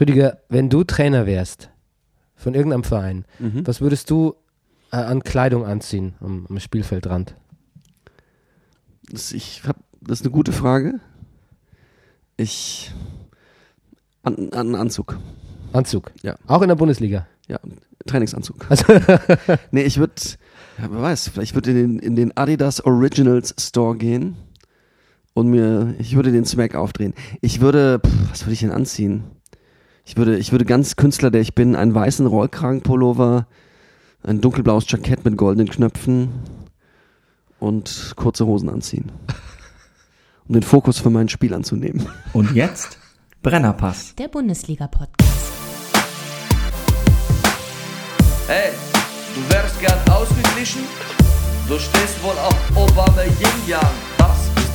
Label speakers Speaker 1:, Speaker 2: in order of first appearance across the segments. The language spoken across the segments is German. Speaker 1: Rüdiger, wenn du Trainer wärst von irgendeinem Verein, was würdest du äh, an Kleidung anziehen am, am Spielfeldrand?
Speaker 2: Das, ich hab, das ist eine gute Frage. Ich. An, an Anzug.
Speaker 1: Anzug.
Speaker 2: Ja.
Speaker 1: Auch in der Bundesliga.
Speaker 2: Ja, Trainingsanzug.
Speaker 1: Also,
Speaker 2: Nee, ich würde. Ja, wer weiß, vielleicht würde ich in den, in den Adidas Originals Store gehen und mir. Ich würde den Smack aufdrehen. Ich würde. Pff, was würde ich denn anziehen? Ich würde, ich würde ganz Künstler, der ich bin, einen weißen Rollkragenpullover, ein dunkelblaues Jackett mit goldenen Knöpfen und kurze Hosen anziehen. Um den Fokus für mein Spiel anzunehmen.
Speaker 3: Und jetzt Brennerpass.
Speaker 4: Der Bundesliga-Podcast.
Speaker 5: Hey, du wärst gern ausgeglichen? Du stehst wohl auf Obama Yin Yang. Das ist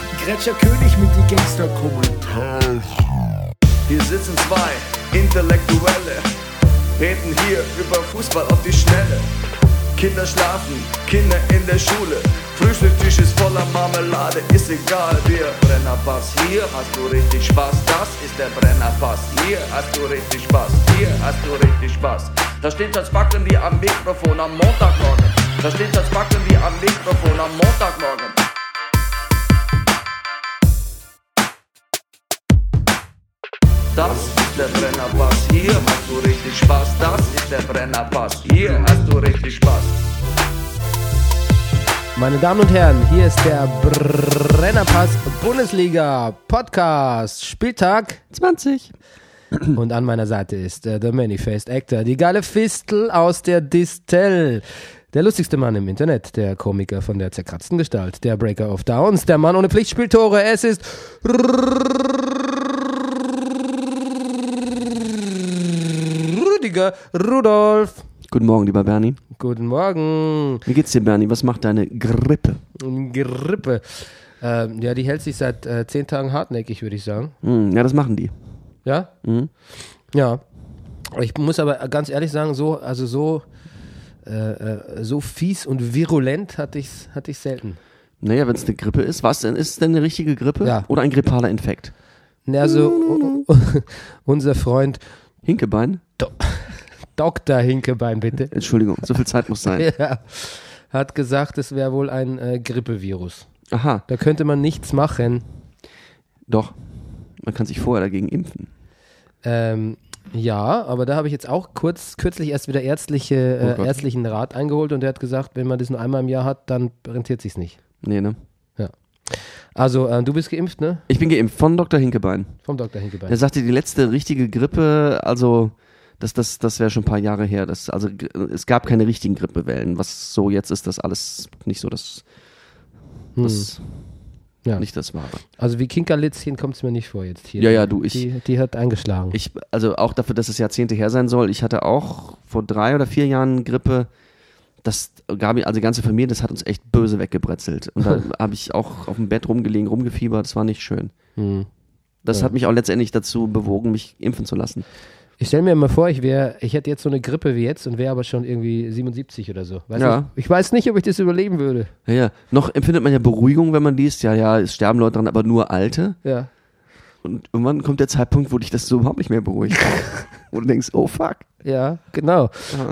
Speaker 6: Gretscher König mit die Gangster-Kommentare.
Speaker 5: Hier sitzen zwei Intellektuelle, reden hier über Fußball auf die Schnelle. Kinder schlafen, Kinder in der Schule, Frühstückstisch ist voller Marmelade, ist egal, wir Brennerpass, hier hast du richtig Spaß, das ist der Brennerpass, hier hast du richtig Spaß, hier hast du richtig Spaß. Da steht das Backen wie am Mikrofon am Montagmorgen, da steht das Backen wie am Mikrofon am Montagmorgen. Das ist der Brennerpass, hier hast du richtig Spaß. Das ist der Brennerpass, hier hast du richtig Spaß.
Speaker 1: meine Damen und Herren, hier ist der Brennerpass Bundesliga Podcast Spieltag.
Speaker 2: 20.
Speaker 1: Und an meiner Seite ist äh, der Manifest Actor, die geile Fistel aus der Distel. Der lustigste Mann im Internet, der Komiker von der zerkratzten Gestalt, der Breaker of Downs, der Mann ohne Pflichtspieltore. Es ist Rüdiger Rudolf.
Speaker 2: Guten Morgen, lieber Bernie.
Speaker 1: Guten Morgen.
Speaker 2: Wie geht's dir, Bernie? Was macht deine Grippe?
Speaker 1: Grippe. Ähm, ja, die hält sich seit äh, zehn Tagen hartnäckig, würde ich sagen.
Speaker 2: Hm, ja, das machen die.
Speaker 1: Ja?
Speaker 2: Mhm.
Speaker 1: Ja. Ich muss aber ganz ehrlich sagen, so, also so, äh, äh, so fies und virulent hatte ich es hatte ich selten.
Speaker 2: Naja, wenn es eine Grippe ist, was denn? Ist es denn eine richtige Grippe?
Speaker 1: Ja.
Speaker 2: Oder ein grippaler Infekt?
Speaker 1: Ne, Also unser Freund
Speaker 2: Hinkebein?
Speaker 1: Dr. Hinkebein, bitte,
Speaker 2: Entschuldigung, so viel Zeit muss sein.
Speaker 1: ja, hat gesagt, es wäre wohl ein äh, Grippevirus.
Speaker 2: Aha,
Speaker 1: Da könnte man nichts machen.
Speaker 2: doch. Man kann sich vorher dagegen impfen.
Speaker 1: Ähm, ja, aber da habe ich jetzt auch kurz, kürzlich erst wieder ärztliche,
Speaker 2: Oh
Speaker 1: äh,
Speaker 2: Gott.
Speaker 1: ärztlichen Rat eingeholt und der hat gesagt, wenn man das nur einmal im Jahr hat, dann rentiert sich's nicht.
Speaker 2: Nee, ne?
Speaker 1: Also, äh, du bist geimpft, ne?
Speaker 2: Ich bin geimpft von Dr. Hinkebein.
Speaker 1: Vom Dr. Hinkebein.
Speaker 2: Er sagte, die letzte richtige Grippe, also das, das, das wäre schon ein paar Jahre her. Das, also, gr- es gab keine richtigen Grippewellen. Was so jetzt ist, das alles nicht so das, das
Speaker 1: Hm. Ja.
Speaker 2: nicht das Wahre.
Speaker 1: Also wie Kinkerlitzchen kommt es mir nicht vor jetzt hier.
Speaker 2: Ja, ja, du, ich-
Speaker 1: Die, die hat eingeschlagen.
Speaker 2: Ich, also auch dafür, dass es Jahrzehnte her sein soll, ich hatte auch vor drei oder vier Jahren Grippe. Das gab mir, also die ganze Familie, das hat uns echt böse weggebrezelt. Und da habe ich auch auf dem Bett rumgelegen, rumgefiebert, das war nicht schön.
Speaker 1: Hm.
Speaker 2: Das hat mich auch letztendlich dazu bewogen, mich impfen zu lassen.
Speaker 1: Ich stelle mir immer vor, ich wäre, ich hätte jetzt so eine Grippe wie jetzt und wäre aber schon irgendwie 77 oder so. Weiß
Speaker 2: Ja.
Speaker 1: nicht, ich weiß nicht, ob ich das überleben würde.
Speaker 2: Ja, ja. Noch empfindet man ja Beruhigung, wenn man liest, ja, ja, es sterben Leute dran, aber nur Alte.
Speaker 1: Ja.
Speaker 2: Und irgendwann kommt der Zeitpunkt, wo dich das so überhaupt nicht mehr beruhigt. wo du denkst, oh fuck.
Speaker 1: Ja, genau.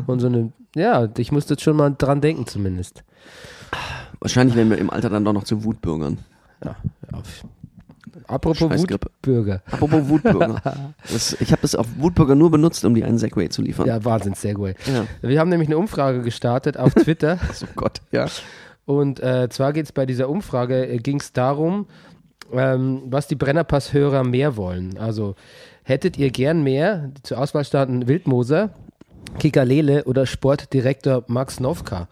Speaker 1: Und so eine, ja, ich musste jetzt schon mal dran denken zumindest.
Speaker 2: Wahrscheinlich werden wir im Alter dann doch noch zu Wutbürgern.
Speaker 1: Auf- Apropos
Speaker 2: Scheiß Grippe.
Speaker 1: Wutbürger.
Speaker 2: Apropos Wutbürger. Das, ich habe das auf Wutbürger nur benutzt, um dir einen Segway zu liefern.
Speaker 1: Ja, Wahnsinn, Segway.
Speaker 2: Ja.
Speaker 1: Wir haben nämlich eine Umfrage gestartet auf Twitter.
Speaker 2: Oh Gott, ja.
Speaker 1: Und äh, zwar geht es bei dieser Umfrage, äh, ging es darum, ähm, was die Brennerpass-Hörer mehr wollen. Also hättet ihr gern mehr, zur Auswahl standen Wildmoser, Kikalele oder Sportdirektor Max Nowka.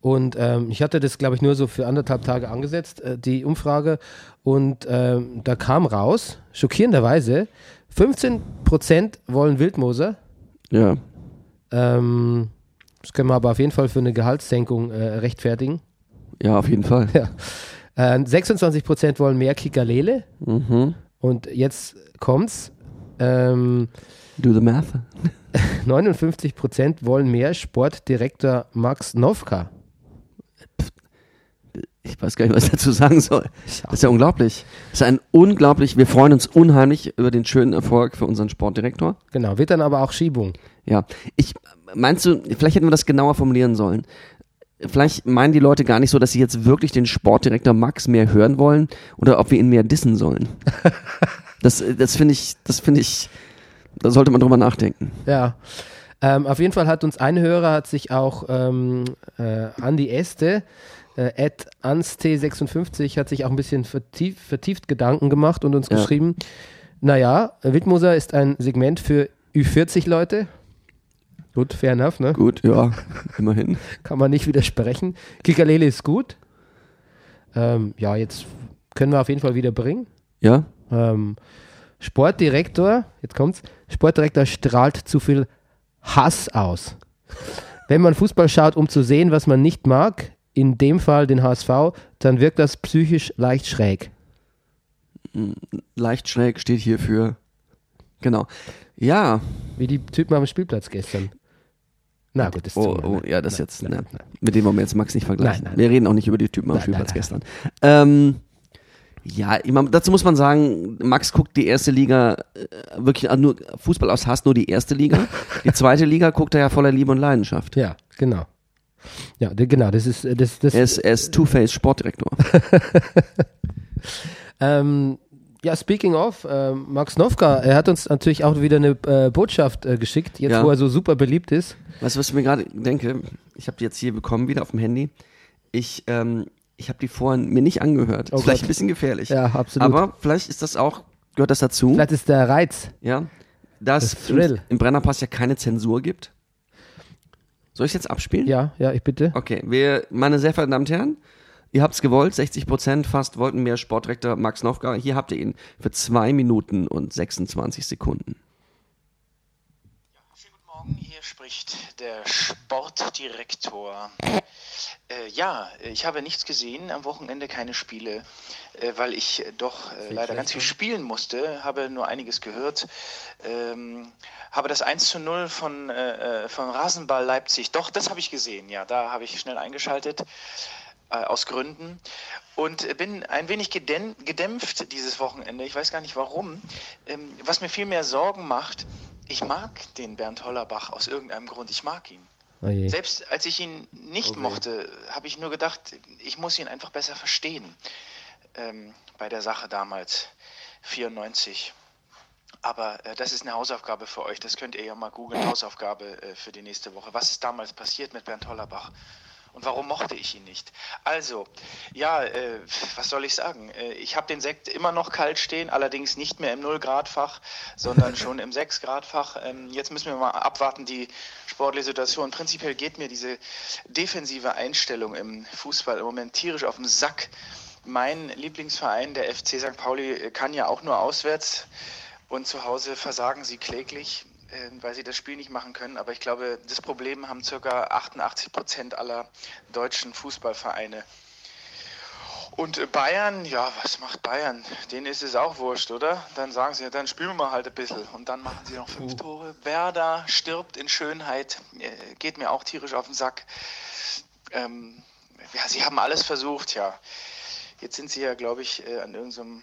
Speaker 1: Und ähm, ich hatte das, glaube ich, nur so für anderthalb Tage angesetzt, äh, die Umfrage. Und ähm, da kam raus, schockierenderweise, 15% wollen Wildmoser,
Speaker 2: Ja.
Speaker 1: Ähm, das können wir aber auf jeden Fall für eine Gehaltssenkung äh, rechtfertigen.
Speaker 2: Ja, auf jeden Fall.
Speaker 1: Ja. Äh, 26% wollen mehr Kikalele.
Speaker 2: Mhm.
Speaker 1: Und jetzt kommt's. Ähm,
Speaker 2: Do the math.
Speaker 1: 59% wollen mehr Sportdirektor Max Nowka.
Speaker 2: Ich weiß gar nicht, was ich dazu sagen soll. Das ist ja unglaublich. Das ist ein unglaublich, wir freuen uns unheimlich über den schönen Erfolg für unseren Sportdirektor.
Speaker 1: Genau, wird dann aber auch Schiebung.
Speaker 2: Ja. Ich, meinst du, vielleicht hätten wir das genauer formulieren sollen. Vielleicht meinen die Leute gar nicht so, dass sie jetzt wirklich den Sportdirektor Max mehr hören wollen oder ob wir ihn mehr dissen sollen. Das, das finde ich, das finde ich, da sollte man drüber nachdenken.
Speaker 1: Ja. Ähm, auf jeden Fall hat uns ein Hörer, hat sich auch ähm, äh, Andi Este, äh, at anst56, hat sich auch ein bisschen vertieft, vertieft Gedanken gemacht und uns
Speaker 2: Ja.
Speaker 1: geschrieben, naja, Wittmoser ist ein Segment für Ü40-Leute. Gut, fair enough, ne?
Speaker 2: Gut, ja, immerhin.
Speaker 1: Kann man nicht widersprechen. Kikalele ist gut. Ähm, ja, jetzt können wir auf jeden Fall wieder bringen.
Speaker 2: Ja,
Speaker 1: Ähm, Sportdirektor, jetzt kommt's, Sportdirektor strahlt zu viel Hass aus. Wenn man Fußball schaut, um zu sehen, was man nicht mag, in dem Fall den HSV, dann wirkt das psychisch leicht schräg.
Speaker 2: leicht schräg steht hier für, genau. Ja,
Speaker 1: Wie die Typen am Spielplatz gestern. Na gut, das ist zu
Speaker 2: Oh,
Speaker 1: lang,
Speaker 2: oh,
Speaker 1: ne?
Speaker 2: ja, das ist jetzt. ne,
Speaker 1: nein.
Speaker 2: Mit dem wollen wir jetzt Max nicht vergleichen.
Speaker 1: Nein, nein.
Speaker 2: wir reden auch nicht über die Typen am
Speaker 1: Nein,
Speaker 2: Spielplatz
Speaker 1: nein,
Speaker 2: gestern. Ähm, ja, ich mein, dazu muss man sagen, Max guckt die erste Liga äh, wirklich an- nur Fußball aus Hass, nur die erste Liga. Die zweite Liga guckt er ja voller Liebe und Leidenschaft.
Speaker 1: Ja, genau. Ja, de- genau, das ist, äh, das, das,
Speaker 2: Er ist, er ist Two-Face Sportdirektor.
Speaker 1: Ähm, ja, speaking of, ähm, Max Nowka, er hat uns natürlich auch wieder eine äh, Botschaft äh, geschickt, jetzt
Speaker 2: Ja.
Speaker 1: wo er so super beliebt ist.
Speaker 2: Weißt du, was ich mir gerade denke? Ich habe die jetzt hier bekommen, wieder auf dem Handy. Ich, ähm, ich habe die vorhin mir nicht angehört.
Speaker 1: Oh
Speaker 2: ist vielleicht
Speaker 1: Gott.
Speaker 2: ein bisschen gefährlich.
Speaker 1: Ja, absolut.
Speaker 2: Aber vielleicht ist das auch, gehört das dazu?
Speaker 1: Vielleicht ist der Reiz.
Speaker 2: Ja. Dass
Speaker 1: Das Thrill.
Speaker 2: Im, im Brennerpass ja keine Zensur gibt. Soll ich jetzt abspielen?
Speaker 1: Ja, ja, ich bitte.
Speaker 2: Okay, wir, meine sehr verehrten Damen und Herren, ihr habt's gewollt, 60 Prozent fast wollten mehr Sportdirektor Max Nowka. Hier habt ihr ihn für 2 Minuten und 26 Sekunden.
Speaker 7: Schönen guten Morgen, hier spricht der Sportdirektor. Äh, ja, ich habe nichts gesehen, am Wochenende keine Spiele, äh, weil ich äh, doch äh, leider ganz viel spielen musste, habe nur einiges gehört, ähm, habe das 1 zu 0 von, äh, von Rasenball Leipzig, doch, das habe ich gesehen, ja, da habe ich schnell eingeschaltet äh, aus Gründen und bin ein wenig gedän- gedämpft dieses Wochenende. Ich weiß gar nicht warum. Ähm, was mir viel mehr Sorgen macht, ich mag den Bernd Hollerbach aus irgendeinem Grund. Ich mag ihn.
Speaker 1: Oh je.
Speaker 7: Selbst als ich ihn nicht mochte, habe ich nur gedacht, ich muss ihn einfach besser verstehen. Ähm, bei der Sache damals, 94. Aber äh, das ist eine Hausaufgabe für euch. Das könnt ihr ja mal googeln. Hausaufgabe äh, für die nächste Woche. Was ist damals passiert mit Bernd Hollerbach? Und warum mochte ich ihn nicht? Also, ja, äh, was soll ich sagen? Äh, ich habe den Sekt immer noch kalt stehen, allerdings nicht mehr im 0-Grad-Fach, sondern schon im 6-Grad-Fach. Ähm, jetzt müssen wir mal abwarten, die sportliche Situation. Prinzipiell geht mir diese defensive Einstellung im Fußball im Moment tierisch auf den Sack. Mein Lieblingsverein, der FC St. Pauli, äh, kann ja auch nur auswärts. Und zu Hause versagen sie kläglich, äh, weil sie das Spiel nicht machen können. Aber ich glaube, das Problem haben ca. 88 Prozent aller deutschen Fußballvereine. Und äh, Bayern, ja, was macht Bayern? Denen ist es auch wurscht, oder? Dann sagen sie, dann spielen wir mal halt ein bisschen. Und dann machen sie noch fünf Tore. Werder stirbt in Schönheit, äh, geht mir auch tierisch auf den Sack. Ähm, ja, sie haben alles versucht, ja. Jetzt sind sie ja, glaube ich, äh, an irgendeinem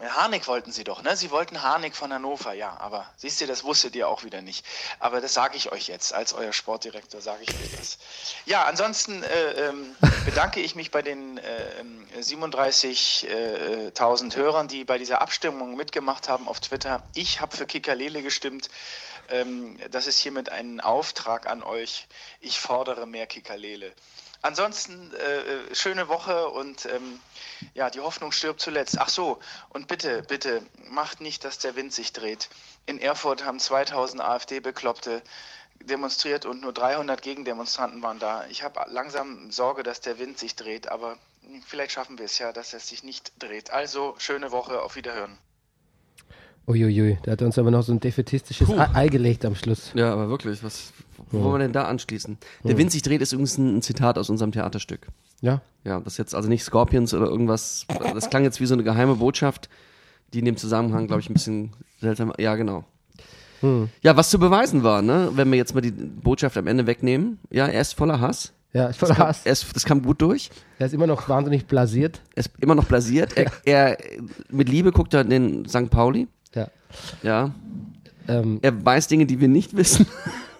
Speaker 7: ja, Harnik wollten sie doch, ne? Sie wollten Harnik von Hannover, ja. Aber siehst du, das wusstet ihr auch wieder nicht. Aber das sage ich euch jetzt, als euer Sportdirektor sage ich euch das. Ja, ansonsten äh, ähm, bedanke ich mich bei den äh, ähm, 37.000 Hörern, die bei dieser Abstimmung mitgemacht haben auf Twitter. Ich habe für Kikalele gestimmt. Ähm, das ist hiermit ein Auftrag an euch. Ich fordere mehr Kikalele. Ansonsten äh, äh, schöne Woche und ähm, ja, die Hoffnung stirbt zuletzt. Ach so, und bitte, bitte, macht nicht, dass der Wind sich dreht. In Erfurt haben 2000 AfD-Bekloppte demonstriert und nur 300 Gegendemonstranten waren da. Ich habe langsam Sorge, dass der Wind sich dreht, aber vielleicht schaffen wir es ja, dass er sich nicht dreht. Also, schöne Woche, auf Wiederhören.
Speaker 1: Uiuiui, da hat er uns aber noch so ein defetistisches Ei Ei gelegt am Schluss.
Speaker 2: Ja, aber wirklich, was wo wollen wir denn da anschließen? Der Wind sich dreht ist übrigens ein, ein Zitat aus unserem Theaterstück.
Speaker 1: Ja.
Speaker 2: Ja, das ist jetzt also nicht Scorpions oder irgendwas, das klang jetzt wie so eine geheime Botschaft, die in dem Zusammenhang, glaube ich, ein bisschen seltsam, ja genau. Ja, was zu beweisen war, ne? wenn wir jetzt mal die Botschaft am Ende wegnehmen. Ja, er ist voller Hass.
Speaker 1: Ja, voller
Speaker 2: Kam-
Speaker 1: Hass.
Speaker 2: Er ist, das kam gut durch.
Speaker 1: Er ist immer noch wahnsinnig blasiert.
Speaker 2: Er ist immer noch blasiert. Er, er mit Liebe guckt er in den St. Pauli.
Speaker 1: Ja.
Speaker 2: Ja.
Speaker 1: Ähm,
Speaker 2: Er weiß Dinge, die wir nicht wissen.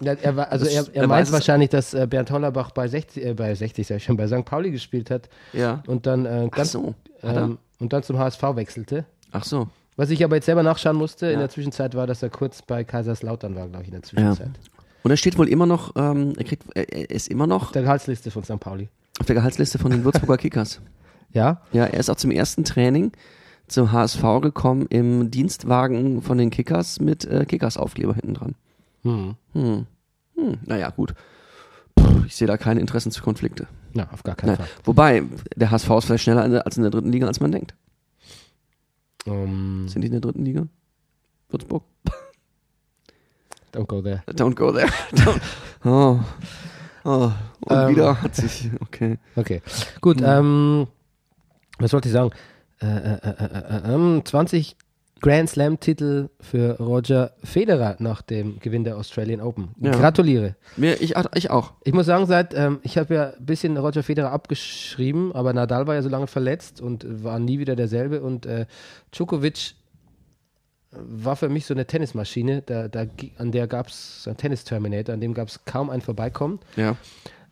Speaker 1: ja, er, war- also
Speaker 2: Das-
Speaker 1: er,
Speaker 2: er
Speaker 1: er
Speaker 2: weiß
Speaker 1: meint
Speaker 2: es-
Speaker 1: wahrscheinlich, dass äh, Bernd Hollerbach bei 60, äh, bei 60 sag ich schon, bei St. Pauli gespielt hat
Speaker 2: Ja.
Speaker 1: und dann, äh,
Speaker 2: Ach
Speaker 1: ganz,
Speaker 2: so. Hat er?
Speaker 1: ähm, und dann zum HSV wechselte.
Speaker 2: Ach so.
Speaker 1: Was ich aber jetzt selber nachschauen musste in
Speaker 2: Ja.
Speaker 1: der Zwischenzeit war, dass er kurz bei Kaiserslautern war, glaube ich, in der Zwischenzeit.
Speaker 2: Und er steht wohl immer noch, ähm, er, kriegt, er, er ist immer noch
Speaker 1: Auf der Gehaltsliste von St. Pauli.
Speaker 2: auf der Gehaltsliste von den Würzburger Kickers.
Speaker 1: Ja?
Speaker 2: Ja, er ist auch zum ersten Training zum HSV gekommen im Dienstwagen von den Kickers mit äh, Kickers-Aufkleber hinten dran.
Speaker 1: Hm.
Speaker 2: Hm. Hm. Naja, gut. Puh, ich sehe da keine Interessen zu Konflikte.
Speaker 1: Na, auf gar keinen
Speaker 2: Nein. Wobei, der HSV ist vielleicht schneller in der, als in der dritten Liga, als man denkt.
Speaker 1: Fall. Um,
Speaker 2: Sind die in der dritten Liga? Würzburg?
Speaker 1: don't go there.
Speaker 2: Don't go there. Don't. Oh. Oh. Und
Speaker 1: Ähm.
Speaker 2: wieder hat sich. Okay.
Speaker 1: Okay,
Speaker 2: Hm.
Speaker 1: gut. Ähm, was wollte ich sagen? Äh, äh, äh, äh, äh, ähm, 20 Grand Slam-Titel für Roger Federer nach dem Gewinn der Australian Open.
Speaker 2: Ja.
Speaker 1: Gratuliere.
Speaker 2: Mir, ich, ich auch.
Speaker 1: Ich muss sagen, seit ähm, ich habe ja ein bisschen Roger Federer abgeschrieben, aber Nadal war ja so lange verletzt und war nie wieder derselbe. Und äh, Djokovic äh, war für mich so eine Tennismaschine. Da, da, gi- an der gab es ein Tennis-Terminator, an dem gab es kaum ein Vorbeikommen.
Speaker 2: Ja.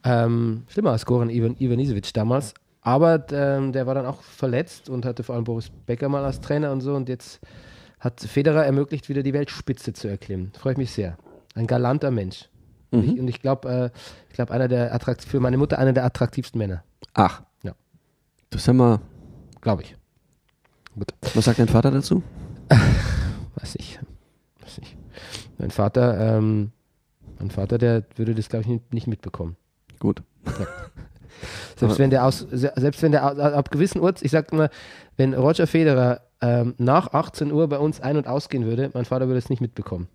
Speaker 1: Ähm, schlimmer Score an Ivan, Ivan damals. Aber ähm, der war dann auch verletzt und hatte vor allem Boris Becker mal als Trainer und so. Und jetzt hat Federer ermöglicht, wieder die Weltspitze zu erklimmen. Freue ich mich sehr. Ein galanter Mensch. Und ich, und ich glaube, äh, ich glaube, einer der attrakt für meine Mutter einer der attraktivsten Männer.
Speaker 2: Ach.
Speaker 1: Ja.
Speaker 2: Du sag mal,
Speaker 1: Glaube ich.
Speaker 2: was sagt dein Vater dazu?
Speaker 1: Weiß ich. Weiß ich. Mein Vater, ähm, mein Vater, der würde das, glaube ich, nicht- nicht mitbekommen.
Speaker 2: Gut.
Speaker 1: Selbst
Speaker 2: Aber-
Speaker 1: wenn der aus, se- selbst wenn der au- ab gewissen Uhr, ich sag immer, wenn Roger Federer ähm, nach 18 Uhr bei uns ein- und ausgehen würde, mein Vater würde es nicht mitbekommen.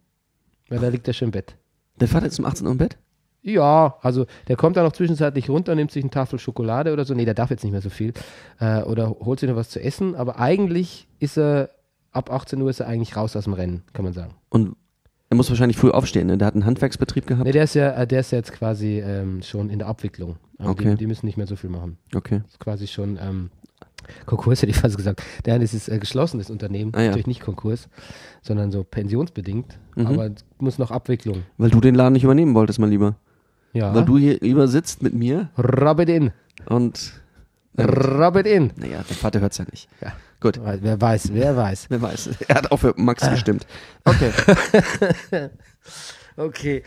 Speaker 1: Weil da liegt er schon im Bett.
Speaker 2: Dein Vater ist um 18 Uhr im Bett?
Speaker 1: Ja, also der kommt dann noch zwischenzeitlich runter, nimmt sich eine Tafel Schokolade oder so. Nee, der darf jetzt nicht mehr so viel. Äh, oder holt sich noch was zu essen. Aber eigentlich ist er, ab 18 Uhr ist er eigentlich raus aus dem Rennen, kann man sagen.
Speaker 2: Und er muss wahrscheinlich früh aufstehen, ne? Der hat einen Handwerksbetrieb gehabt.
Speaker 1: Nee, der ist ja, äh, der ist ja jetzt quasi ähm, schon in der Abwicklung. Aber
Speaker 2: Okay.
Speaker 1: die, die müssen nicht mehr so viel machen.
Speaker 2: Okay.
Speaker 1: ist quasi schon ähm, Konkurs, hätte ich fast gesagt. Nein, es ist äh, geschlossenes Unternehmen,
Speaker 2: Ah, ja.
Speaker 1: natürlich nicht Konkurs, sondern so pensionsbedingt,
Speaker 2: Mhm.
Speaker 1: aber muss noch Abwicklung.
Speaker 2: Weil du den Laden nicht übernehmen wolltest, mein Lieber.
Speaker 1: Ja.
Speaker 2: Weil du hier lieber sitzt mit mir
Speaker 1: Rub it in,
Speaker 2: und. ähm,
Speaker 1: rub it in.
Speaker 2: Naja, der Vater hört's ja nicht.
Speaker 1: Ja.
Speaker 2: Gut.
Speaker 1: Wer weiß, wer weiß.
Speaker 2: Wer weiß. Er hat auch für Max gestimmt.
Speaker 1: Ah. Okay. okay.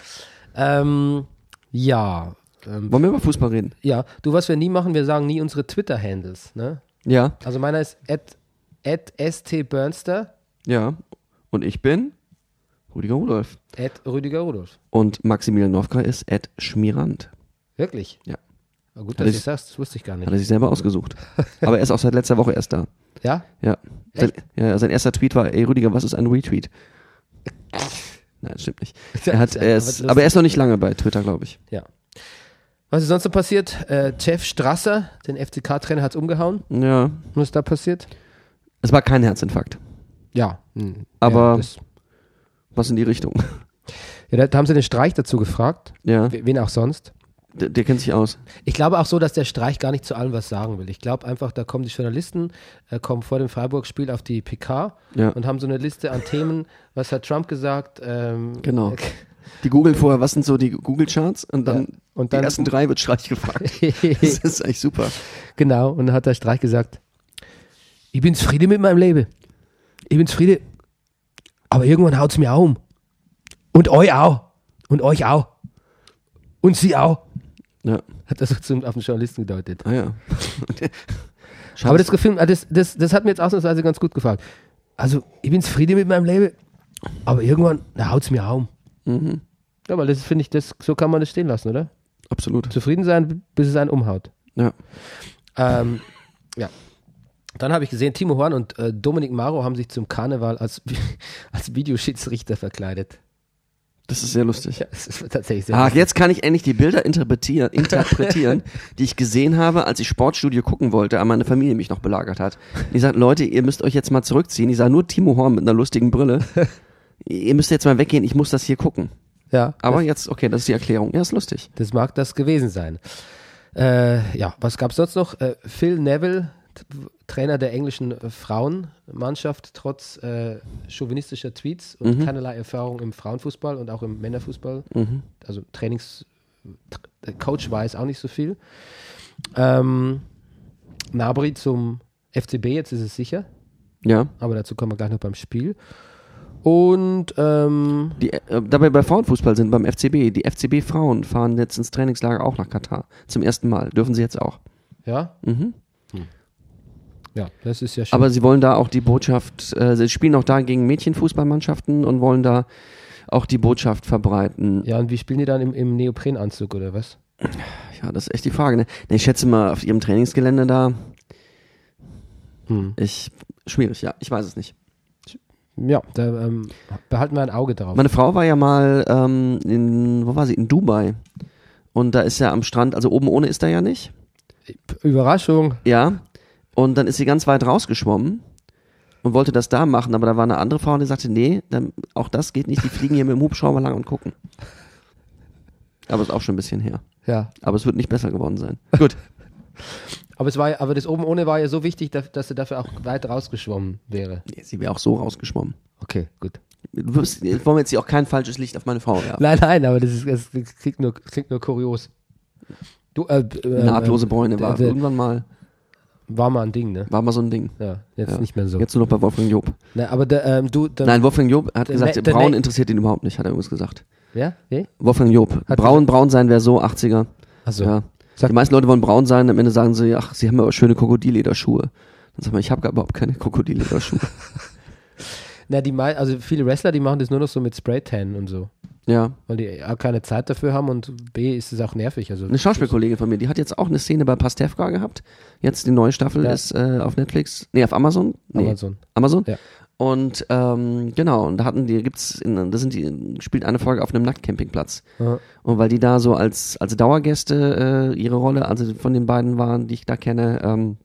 Speaker 1: Ähm, ja. Ähm,
Speaker 2: Wollen wir über Fußball reden?
Speaker 1: ja, du, was wir nie machen, wir sagen nie unsere Twitter-Handles. Ne?
Speaker 2: Ja.
Speaker 1: Also meiner ist at, at stbernster,
Speaker 2: Ja. Und ich bin Rüdiger Rudolf.
Speaker 1: at Rüdiger Rudolf.
Speaker 2: Und Maximilian Nowka ist Ed Schmirand.
Speaker 1: Wirklich?
Speaker 2: Ja.
Speaker 1: Na Gut,
Speaker 2: Hat
Speaker 1: dass du
Speaker 2: ich-
Speaker 1: das sagst, das wusste ich gar
Speaker 2: Hat
Speaker 1: nicht.
Speaker 2: er sich selber ausgesucht. Aber er ist auch seit letzter Woche erst da.
Speaker 1: Ja?
Speaker 2: Ja. Sein, ja, sein erster Tweet war, ey Rüdiger, was ist ein Retweet? Nein, stimmt nicht. Er hat, er ist, aber er ist noch nicht lange bei Twitter, glaube ich.
Speaker 1: Ja. Was ist sonst so passiert? Äh, Jeff Strasser, den FCK-Trainer, hat es umgehauen.
Speaker 2: Ja.
Speaker 1: Was ist da passiert?
Speaker 2: Es war kein Herzinfarkt.
Speaker 1: Ja. hm,
Speaker 2: Aber-
Speaker 1: Ja, das,
Speaker 2: Was in die Richtung.
Speaker 1: ja, da haben sie den Streich dazu gefragt.
Speaker 2: Ja.
Speaker 1: W- Wen auch sonst.
Speaker 2: Der, der kennt sich aus.
Speaker 1: Ich glaube auch so, dass der Streich gar nicht zu allem was sagen will. Ich glaube einfach, da kommen die Journalisten, äh, kommen vor dem Freiburg-Spiel auf die PK
Speaker 2: Ja.
Speaker 1: und haben so eine Liste an Themen. Was hat Trump gesagt? Ähm,
Speaker 2: Genau. Die googeln vorher, was sind so die Google-Charts und dann,
Speaker 1: Ja. Und dann-
Speaker 2: die ersten drei wird Streich gefragt. Das ist eigentlich super.
Speaker 1: Genau, und dann hat der Streich gesagt, ich bin zufrieden mit meinem Leben. Ich bin zufrieden. Aber irgendwann haut es mir auch um. Und euch auch. Und euch auch. Und sie auch.
Speaker 2: Ja.
Speaker 1: Hat er so zum, auf den Journalisten gedeutet.
Speaker 2: Ah ja.
Speaker 1: Aber das gefilmt, ah, das, das, das hat mir jetzt ausnahmsweise ganz gut gefallen. Also, ich bin zufrieden mit meinem Leben. Aber irgendwann haut es mir auch um.
Speaker 2: Mhm.
Speaker 1: Ja, weil das finde ich, das, so kann man das stehen lassen, oder?
Speaker 2: Absolut.
Speaker 1: Zufrieden sein, bis es einen umhaut.
Speaker 2: Ja.
Speaker 1: Ähm, ja. Dann habe ich gesehen, Timo Horn und äh, Dominik Maro haben sich zum Karneval als, als Videoschiedsrichter verkleidet.
Speaker 2: Das ist sehr lustig.
Speaker 1: Ja, das ist tatsächlich sehr
Speaker 2: Ach, jetzt kann ich endlich die Bilder interpretieren, interpretieren die ich gesehen habe, als ich Sportstudio gucken wollte, aber meine Familie mich noch belagert hat. Die sagt, Leute, ihr müsst euch jetzt mal zurückziehen. Ich sah nur Timo Horn mit einer lustigen Brille. Ihr müsst jetzt mal weggehen, ich muss das hier gucken.
Speaker 1: Ja,
Speaker 2: Aber jetzt, okay, das ist die Erklärung. Ja, ist lustig.
Speaker 1: Das mag das gewesen sein. Äh, ja, was gab es sonst noch? Äh, Phil Neville, T- Trainer der englischen äh, Frauenmannschaft, trotz äh, chauvinistischer Tweets und keinerlei Erfahrung im Frauenfußball und auch im Männerfußball. Also Trainings, Tr- äh, Coach weiß auch nicht so viel. Ähm, Nabri zum FCB, jetzt ist es sicher,
Speaker 2: Ja.
Speaker 1: aber dazu kommen wir gleich noch beim Spiel. Und ähm,
Speaker 2: Die, äh, dabei bei Frauenfußball sind beim FCB. Die FCB-Frauen fahren jetzt ins Trainingslager auch nach Katar. Zum ersten Mal. Dürfen sie jetzt auch.
Speaker 1: ja.
Speaker 2: Mhm.
Speaker 1: Hm. Ja, das ist ja schön.
Speaker 2: Aber sie wollen da auch die Botschaft, äh, sie spielen auch da gegen Mädchenfußballmannschaften und wollen da auch die Botschaft verbreiten.
Speaker 1: Ja, und wie spielen die dann im, im Neoprenanzug oder was?
Speaker 2: Ja, das ist echt die Frage. Ne? Ne, ich schätze mal, auf ihrem Trainingsgelände da.
Speaker 1: Hm.
Speaker 2: Ich, schwierig, ja. Ich weiß es nicht.
Speaker 1: Ja, da ähm, behalten wir ein Auge drauf.
Speaker 2: Meine Frau war ja mal ähm, in, wo war sie? In Dubai. Und da ist ja am Strand, also oben ohne ist da ja nicht.
Speaker 1: Überraschung.
Speaker 2: Ja. Und dann ist sie ganz weit rausgeschwommen und wollte das da machen, aber da war eine andere Frau, die sagte, nee, dann, auch das geht nicht, die fliegen hier mit dem Hubschrauber lang und gucken. Aber ist auch schon ein bisschen her.
Speaker 1: Ja.
Speaker 2: Aber es wird nicht besser geworden sein.
Speaker 1: Gut. Aber, es war, ja- aber das oben ohne war ja so wichtig, dass, dass sie dafür auch weit rausgeschwommen wäre.
Speaker 2: Nee, sie wäre auch so rausgeschwommen.
Speaker 1: Okay, gut.
Speaker 2: Du wirst, jetzt wollen wir jetzt hier auch kein falsches Licht auf meine Frau werfen.
Speaker 1: Nein, nein, aber das, ist, das klingt, nur, klingt nur kurios. Du, äh, äh,
Speaker 2: Nahtlose Bräune
Speaker 1: äh,
Speaker 2: war
Speaker 1: der-
Speaker 2: irgendwann mal,
Speaker 1: War mal ein Ding, ne?
Speaker 2: war mal so ein Ding.
Speaker 1: Ja, jetzt
Speaker 2: Ja.
Speaker 1: nicht mehr so.
Speaker 2: Jetzt nur noch bei Wolfgang Job.
Speaker 1: Na, aber der, ähm, du, dann,
Speaker 2: Nein, Wolfgang Job hat gesagt,
Speaker 1: ne- der
Speaker 2: Braun
Speaker 1: ne-
Speaker 2: interessiert ihn überhaupt nicht, hat er übrigens gesagt.
Speaker 1: ja? Nee?
Speaker 2: Wolfgang Job.
Speaker 1: Hat
Speaker 2: Braun, braun sein wäre so 80er.
Speaker 1: Also,
Speaker 2: Ja.
Speaker 1: Sag-
Speaker 2: die meisten Leute wollen braun sein, am Ende sagen sie, ach, sie haben aber schöne Krokodillederschuhe. Dann sagt man, ich habe gar überhaupt keine Krokodillederschuhe.
Speaker 1: na, die, mei- also viele Wrestler, die machen das nur noch so mit Spraytan und so.
Speaker 2: ja.
Speaker 1: weil die A keine Zeit dafür haben und B ist es auch nervig. Also
Speaker 2: Eine Schauspielkollegin von mir, die hat jetzt auch eine Szene bei Pastewka gehabt. Jetzt die neue Staffel
Speaker 1: Ja.
Speaker 2: ist äh, auf Netflix, nee, auf Amazon. Nee,
Speaker 1: Amazon.
Speaker 2: Amazon.
Speaker 1: Ja.
Speaker 2: Und ähm, genau, und da hatten die, gibt's, in, da sind die, spielt eine Folge auf einem Nacktcampingplatz.
Speaker 1: Aha.
Speaker 2: Und weil die da so als, als Dauergäste äh, ihre Rolle, also von den beiden waren, die ich da kenne, ähm,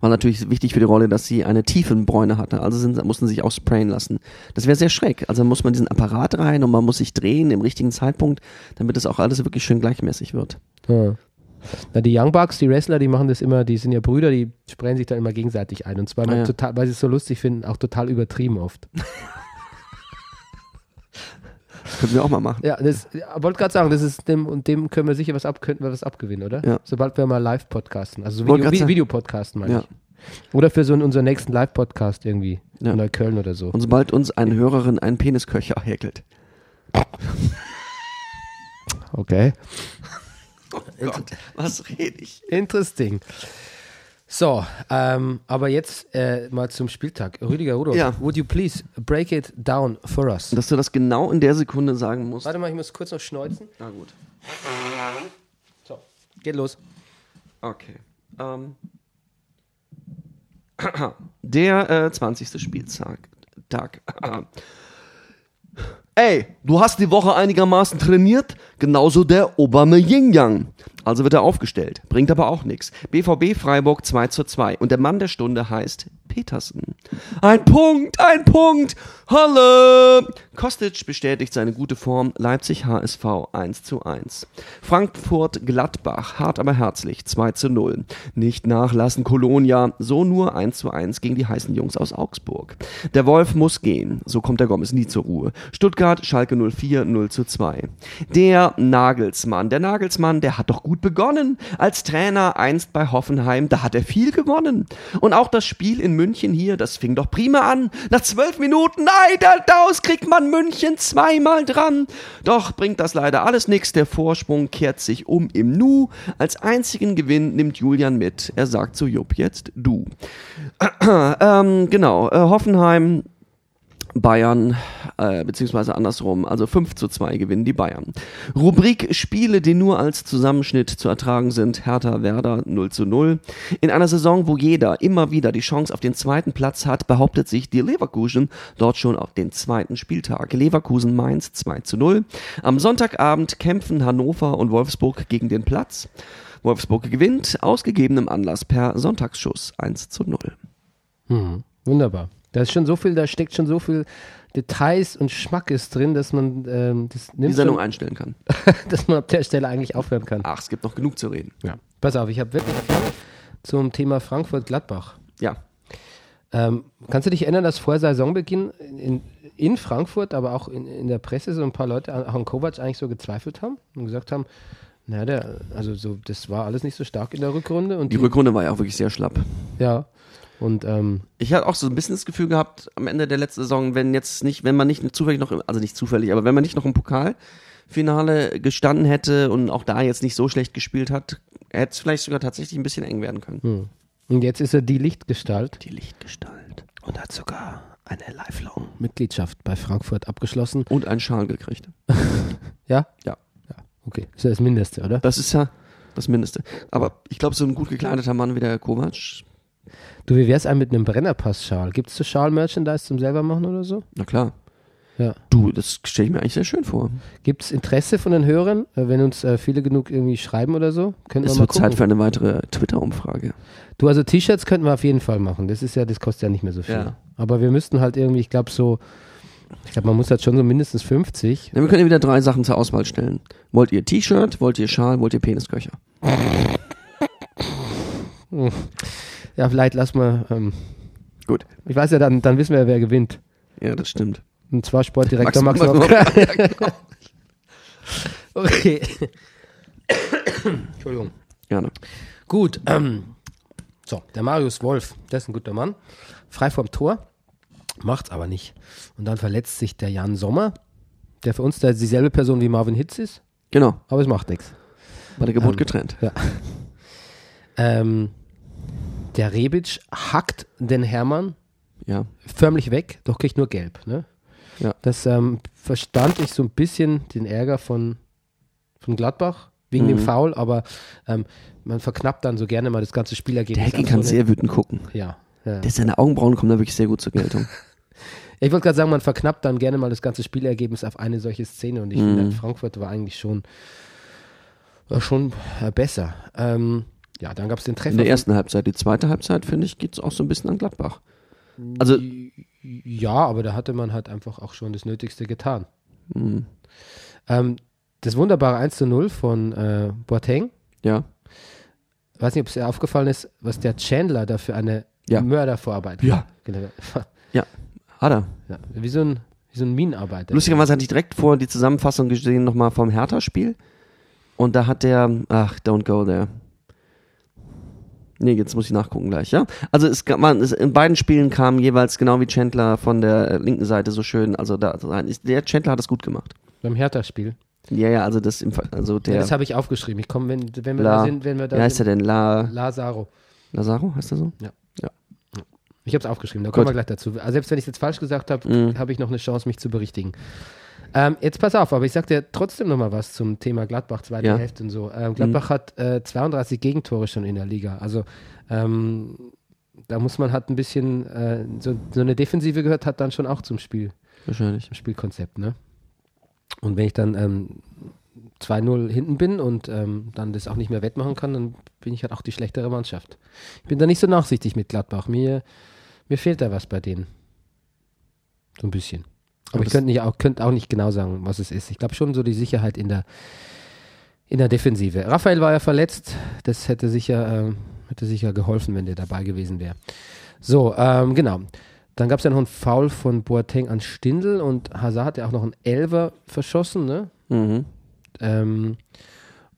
Speaker 2: war natürlich wichtig für die Rolle, dass sie eine Tiefenbräune hatte. Also sind, mussten sich auch sprayen lassen. Das wäre sehr schräg. Also muss man diesen Apparat rein und man muss sich drehen im richtigen Zeitpunkt, damit das auch alles wirklich schön gleichmäßig wird.
Speaker 1: Ja. Na, die Young Bucks, die Wrestler, die machen das immer, die sind ja Brüder, die sprechen sich dann immer gegenseitig ein. Und zwar immer
Speaker 2: Ah, ja.
Speaker 1: total, weil sie es so lustig finden, auch total übertrieben oft.
Speaker 2: Können wir auch mal machen.
Speaker 1: Ja, das ja, wollte gerade sagen, das ist dem und dem können wir sicher was ab, könnten wir was abgewinnen, oder?
Speaker 2: Ja.
Speaker 1: Sobald wir mal live podcasten. Also so
Speaker 2: Wollt
Speaker 1: Video,
Speaker 2: grad
Speaker 1: Vi-
Speaker 2: sagen.
Speaker 1: Video-Podcasten meine
Speaker 2: Ja.
Speaker 1: ich. Oder für so einen, unseren nächsten Live-Podcast irgendwie.
Speaker 2: Ja.
Speaker 1: In Neukölln oder so.
Speaker 2: Und sobald uns eine Hörerin einen Penisköcher häkelt.
Speaker 1: Okay.
Speaker 2: Oh Gott, was rede ich?
Speaker 1: Interesting. So, ähm, aber jetzt äh, mal zum Spieltag. Rüdiger Rudolf,
Speaker 2: Ja.
Speaker 1: would you please break it down for us?
Speaker 2: Dass du das genau in der Sekunde sagen musst.
Speaker 1: Warte mal, ich muss kurz noch schneuzen.
Speaker 2: Na gut.
Speaker 1: So, geht los.
Speaker 2: Okay. Ähm. Der äh, 20. Spieltag. Tag. ähm, Ey, du hast die Woche einigermaßen trainiert, genauso der Obame Yin Yang. Also wird er aufgestellt, bringt aber auch nichts. BVB Freiburg 2 zu 2 und der Mann der Stunde heißt Petersen. Ein Punkt, ein Punkt, Halle! Kostic bestätigt seine gute Form, Leipzig HSV 1 zu 1. Frankfurt Gladbach, hart aber herzlich 2 zu 0. Nicht nachlassen Kolonia, so nur 1 zu 1 gegen die heißen Jungs aus Augsburg. Der Wolf muss gehen, so kommt der Gomez nie zur Ruhe. Stuttgart, Schalke 04, 0 zu 2. Der Nagelsmann, der Nagelsmann, der hat doch gut begonnen. Als Trainer einst bei Hoffenheim, da hat er viel gewonnen. Und auch das Spiel in München hier, das fing doch prima an. Nach zwölf Minuten, nein, da, daraus kriegt man München zweimal dran. Doch bringt das leider alles nichts. Der Vorsprung kehrt sich um im Nu. Als einzigen Gewinn nimmt Julian mit. Er sagt zu Jupp jetzt du. ähm, genau, äh, Hoffenheim Bayern äh, äh, beziehungsweise andersrum. Also 5 zu 2 gewinnen die Bayern. Rubrik Spiele, die nur als Zusammenschnitt zu ertragen sind. Hertha Werder 0 zu 0. In einer Saison, wo jeder immer wieder die Chance auf den zweiten Platz hat, behauptet sich die Leverkusen dort schon auf den zweiten Spieltag. Leverkusen Mainz 2 zu 0. Am Sonntagabend kämpfen Hannover und Wolfsburg gegen den Platz. Wolfsburg gewinnt, aus gegebenem Anlass per Sonntagsschuss 1 zu 0.
Speaker 1: Hm, Wunderbar. Da ist schon so viel, da steckt schon so viel Details und Schmackes drin, dass man ähm, das
Speaker 2: Die
Speaker 1: nimmt
Speaker 2: Sendung Ah.
Speaker 1: schon,
Speaker 2: einstellen kann.
Speaker 1: dass man ab der Stelle eigentlich aufhören kann.
Speaker 2: Ach, es gibt noch genug zu reden.
Speaker 1: Ja. Pass auf, ich habe wirklich viel zum Thema Frankfurt-Gladbach.
Speaker 2: Ja.
Speaker 1: Ähm, kannst du dich erinnern, dass vor Saisonbeginn in, in Frankfurt, aber auch in, in der Presse so ein paar Leute an, an Kovac eigentlich so gezweifelt haben und gesagt haben, naja, der, also so, das war alles nicht so stark in der Rückrunde und
Speaker 2: Die
Speaker 1: die,
Speaker 2: Rückrunde war ja auch wirklich sehr schlapp.
Speaker 1: ja und ähm,
Speaker 2: Ich hatte auch so ein bisschen das Gefühl gehabt am Ende der letzten Saison, wenn jetzt nicht, wenn man nicht zufällig noch, im- also nicht zufällig, aber wenn man nicht noch im Pokalfinale gestanden hätte und auch da jetzt nicht so schlecht gespielt hat, hätte es vielleicht sogar tatsächlich ein bisschen eng werden können.
Speaker 1: hm. und jetzt ist er die Lichtgestalt.
Speaker 2: Die Lichtgestalt und hat sogar eine Lifelong
Speaker 1: Mitgliedschaft bei Frankfurt abgeschlossen.
Speaker 2: und einen Schal gekriegt.
Speaker 1: Ja?
Speaker 2: Ja.
Speaker 1: Okay, ist ja das Mindeste, oder?
Speaker 2: Das ist ja das Mindeste. Aber ich glaube, so ein gut gekleideter Mann wie der Kovac,
Speaker 1: Du, wie wär's einem mit einem Brennerpass-Schal? Gibt es so Schal-Merchandise zum selber machen oder so?
Speaker 2: na klar.
Speaker 1: Ja.
Speaker 2: Du, das stelle ich mir eigentlich sehr schön vor.
Speaker 1: Gibt es Interesse von den Hörern? Äh, Wenn uns äh, viele genug irgendwie schreiben oder so, könnten wir
Speaker 2: Es
Speaker 1: mal
Speaker 2: wird
Speaker 1: gucken.
Speaker 2: Zeit für eine weitere Twitter-Umfrage.
Speaker 1: du, also T-Shirts könnten wir auf jeden Fall machen. Das ist ja, das kostet ja nicht mehr so viel.
Speaker 2: Ja.
Speaker 1: Aber wir müssten halt irgendwie, ich glaube so, ich glaube, man muss halt schon so mindestens 50.
Speaker 2: Ja, wir können ja wieder drei Sachen zur Auswahl stellen. Wollt ihr T-Shirt, wollt ihr Schal, wollt ihr Penisköcher?
Speaker 1: Ja, vielleicht lass mal, ähm,
Speaker 2: Gut.
Speaker 1: ich weiß ja, dann, dann wissen wir ja, wer gewinnt.
Speaker 2: Ja, das stimmt.
Speaker 1: Und zwar Sportdirektor Max,
Speaker 2: Max-
Speaker 1: Max
Speaker 2: Max-
Speaker 1: Okay. Entschuldigung.
Speaker 2: Gerne.
Speaker 1: Gut. Ähm, so, der Marius Wolf, der ist ein guter Mann. Frei vom Tor, macht's aber nicht. Und dann verletzt sich der Jan Sommer, der für uns da dieselbe Person wie Marvin Hitz ist,
Speaker 2: Genau.
Speaker 1: aber es macht nichts.
Speaker 2: Bei der Geburt
Speaker 1: Ähm,
Speaker 2: getrennt.
Speaker 1: Ja. Ähm, der Rebic hackt den Hermann
Speaker 2: Ja.
Speaker 1: förmlich weg, doch kriegt nur gelb. Ne?
Speaker 2: Ja.
Speaker 1: Das ähm, verstand ich so ein bisschen den Ärger von, von Gladbach wegen
Speaker 2: Mhm.
Speaker 1: dem Foul, aber ähm, man verknappt dann so gerne mal das ganze
Speaker 2: Der
Speaker 1: Spielergebnis.
Speaker 2: Hecking
Speaker 1: ab,
Speaker 2: kann
Speaker 1: so
Speaker 2: sehr wütend gucken.
Speaker 1: eine- ja, ja.
Speaker 2: Der seine Augenbrauen kommen da wirklich sehr gut zur Geltung.
Speaker 1: Ich wollte gerade sagen, man verknappt dann gerne mal das ganze Spielergebnis auf eine solche Szene und ich
Speaker 2: Mhm.
Speaker 1: finde, Frankfurt war eigentlich schon, war schon äh, besser. Ähm, ja, dann gab es den Treffer.
Speaker 2: In der ersten Halbzeit. Die zweite Halbzeit, finde ich, geht es auch so ein bisschen an Gladbach. Also,
Speaker 1: Ja, aber da hatte man halt einfach auch schon das Nötigste getan.
Speaker 2: Hm.
Speaker 1: Ähm, das wunderbare 1 zu 0 von äh, Boateng,
Speaker 2: ja.
Speaker 1: weiß nicht, ob es dir aufgefallen ist, was der Chandler da für eine
Speaker 2: Ja.
Speaker 1: Mördervorarbeit
Speaker 2: Ja.
Speaker 1: geleistet hat.
Speaker 2: Ja. Hat er.
Speaker 1: ja, wie, so ein, wie so ein Minenarbeiter.
Speaker 2: Lustigerweise hatte ich direkt vor die Zusammenfassung gesehen nochmal vom Hertha-Spiel. Und da hat der, ach, don't go there. Nee, jetzt muss ich nachgucken gleich, ja? Also es, gab- man, es, in beiden Spielen kam jeweils, genau wie Chandler, von der äh, linken Seite so schön, also da rein. Ist- Der Chandler hat das gut gemacht.
Speaker 1: Beim Hertha-Spiel.
Speaker 2: Ja, ja, also das im Ver- also der
Speaker 1: Ja, das habe ich aufgeschrieben. Ich komme, wenn, wenn wir da
Speaker 2: La,
Speaker 1: sind, wenn wir da
Speaker 2: wie heißt er
Speaker 1: sind.
Speaker 2: denn? La,
Speaker 1: Lazaro.
Speaker 2: Lazaro, heißt er so?
Speaker 1: Ich habe es aufgeschrieben, da kommen
Speaker 2: Gut. Mhm.
Speaker 1: wir gleich dazu. Also selbst wenn ich es jetzt falsch gesagt habe, habe ich noch eine Chance, mich zu berichtigen. Ähm, jetzt pass auf, aber ich sag dir trotzdem noch mal was zum Thema Gladbach, zweite
Speaker 2: Ja. Mhm.
Speaker 1: Hälfte und so. Ähm, Gladbach hat äh, 32 Gegentore schon in der Liga. Also ähm, da muss man halt ein bisschen, äh, so, so eine Defensive gehört hat dann schon auch zum Spiel,
Speaker 2: Wahrscheinlich.
Speaker 1: zum Spielkonzept. Ne? Und wenn ich dann ähm, 2-0 hinten bin und ähm, dann das auch nicht mehr wettmachen kann, dann bin ich halt auch die schlechtere Mannschaft. Ich bin da nicht so nachsichtig mit Gladbach. Mir, mir fehlt da was bei denen. So ein bisschen. Aber,
Speaker 2: Aber
Speaker 1: ich
Speaker 2: das-
Speaker 1: könnte nicht auch, könnte auch nicht genau sagen, was es ist. Ich glaube schon so die Sicherheit in der, in der Defensive. Raphael war ja verletzt. Das hätte sicher, ähm, hätte sicher geholfen, wenn der dabei gewesen wäre. So, ähm, genau. Dann gab es ja noch einen Foul von Boateng an Stindl und Hazard hat ja auch noch einen Elver verschossen, ne?
Speaker 2: Mhm.
Speaker 1: Ähm,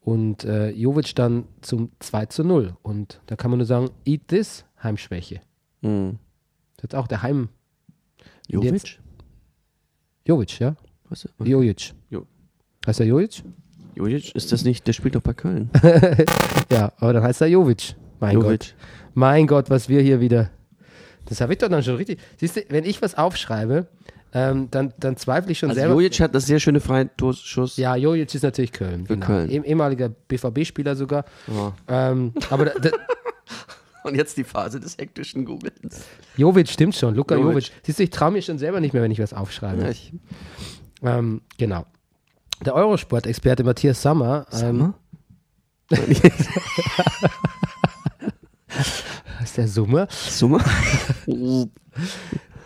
Speaker 1: und äh, Jovic dann zum 2 zu 0. Und da kann man nur sagen, eat this, Heimschwäche.
Speaker 2: Mhm.
Speaker 1: Das hat auch der Heim.
Speaker 2: Jovic?
Speaker 1: Jovic, ja?
Speaker 2: Weißt du?
Speaker 1: Jovic.
Speaker 2: Jo.
Speaker 1: Heißt er Jovic?
Speaker 2: Jovic, ist das nicht, der spielt doch bei Köln.
Speaker 1: Ja, aber dann heißt er Jovic. Mein Gott.
Speaker 2: Jovic.
Speaker 1: Mein Gott, was wir hier wieder. Das habe ich doch dann schon richtig. Siehst du, wenn ich was aufschreibe, ähm, dann, dann zweifle ich schon
Speaker 2: Also
Speaker 1: selber.
Speaker 2: Jojic hat eine sehr schöne Freischuss.
Speaker 1: Ja, Jojic ist natürlich Köln.
Speaker 2: Für Köln.
Speaker 1: Eh- ehemaliger BVB-Spieler sogar.
Speaker 2: Ja.
Speaker 1: Ähm, aber da, da,
Speaker 2: Und jetzt die Phase des hektischen Googlens.
Speaker 1: Jovic stimmt schon, Luka Jovic.
Speaker 2: Jovic.
Speaker 1: Siehst du, ich traue mir schon selber nicht mehr, wenn ich was aufschreibe.
Speaker 2: Ja, ich,
Speaker 1: Ähm, genau. Der Eurosport-Experte Matthias Sommer, ähm,
Speaker 2: Sommer?
Speaker 1: ist der Summe,
Speaker 2: Sommer?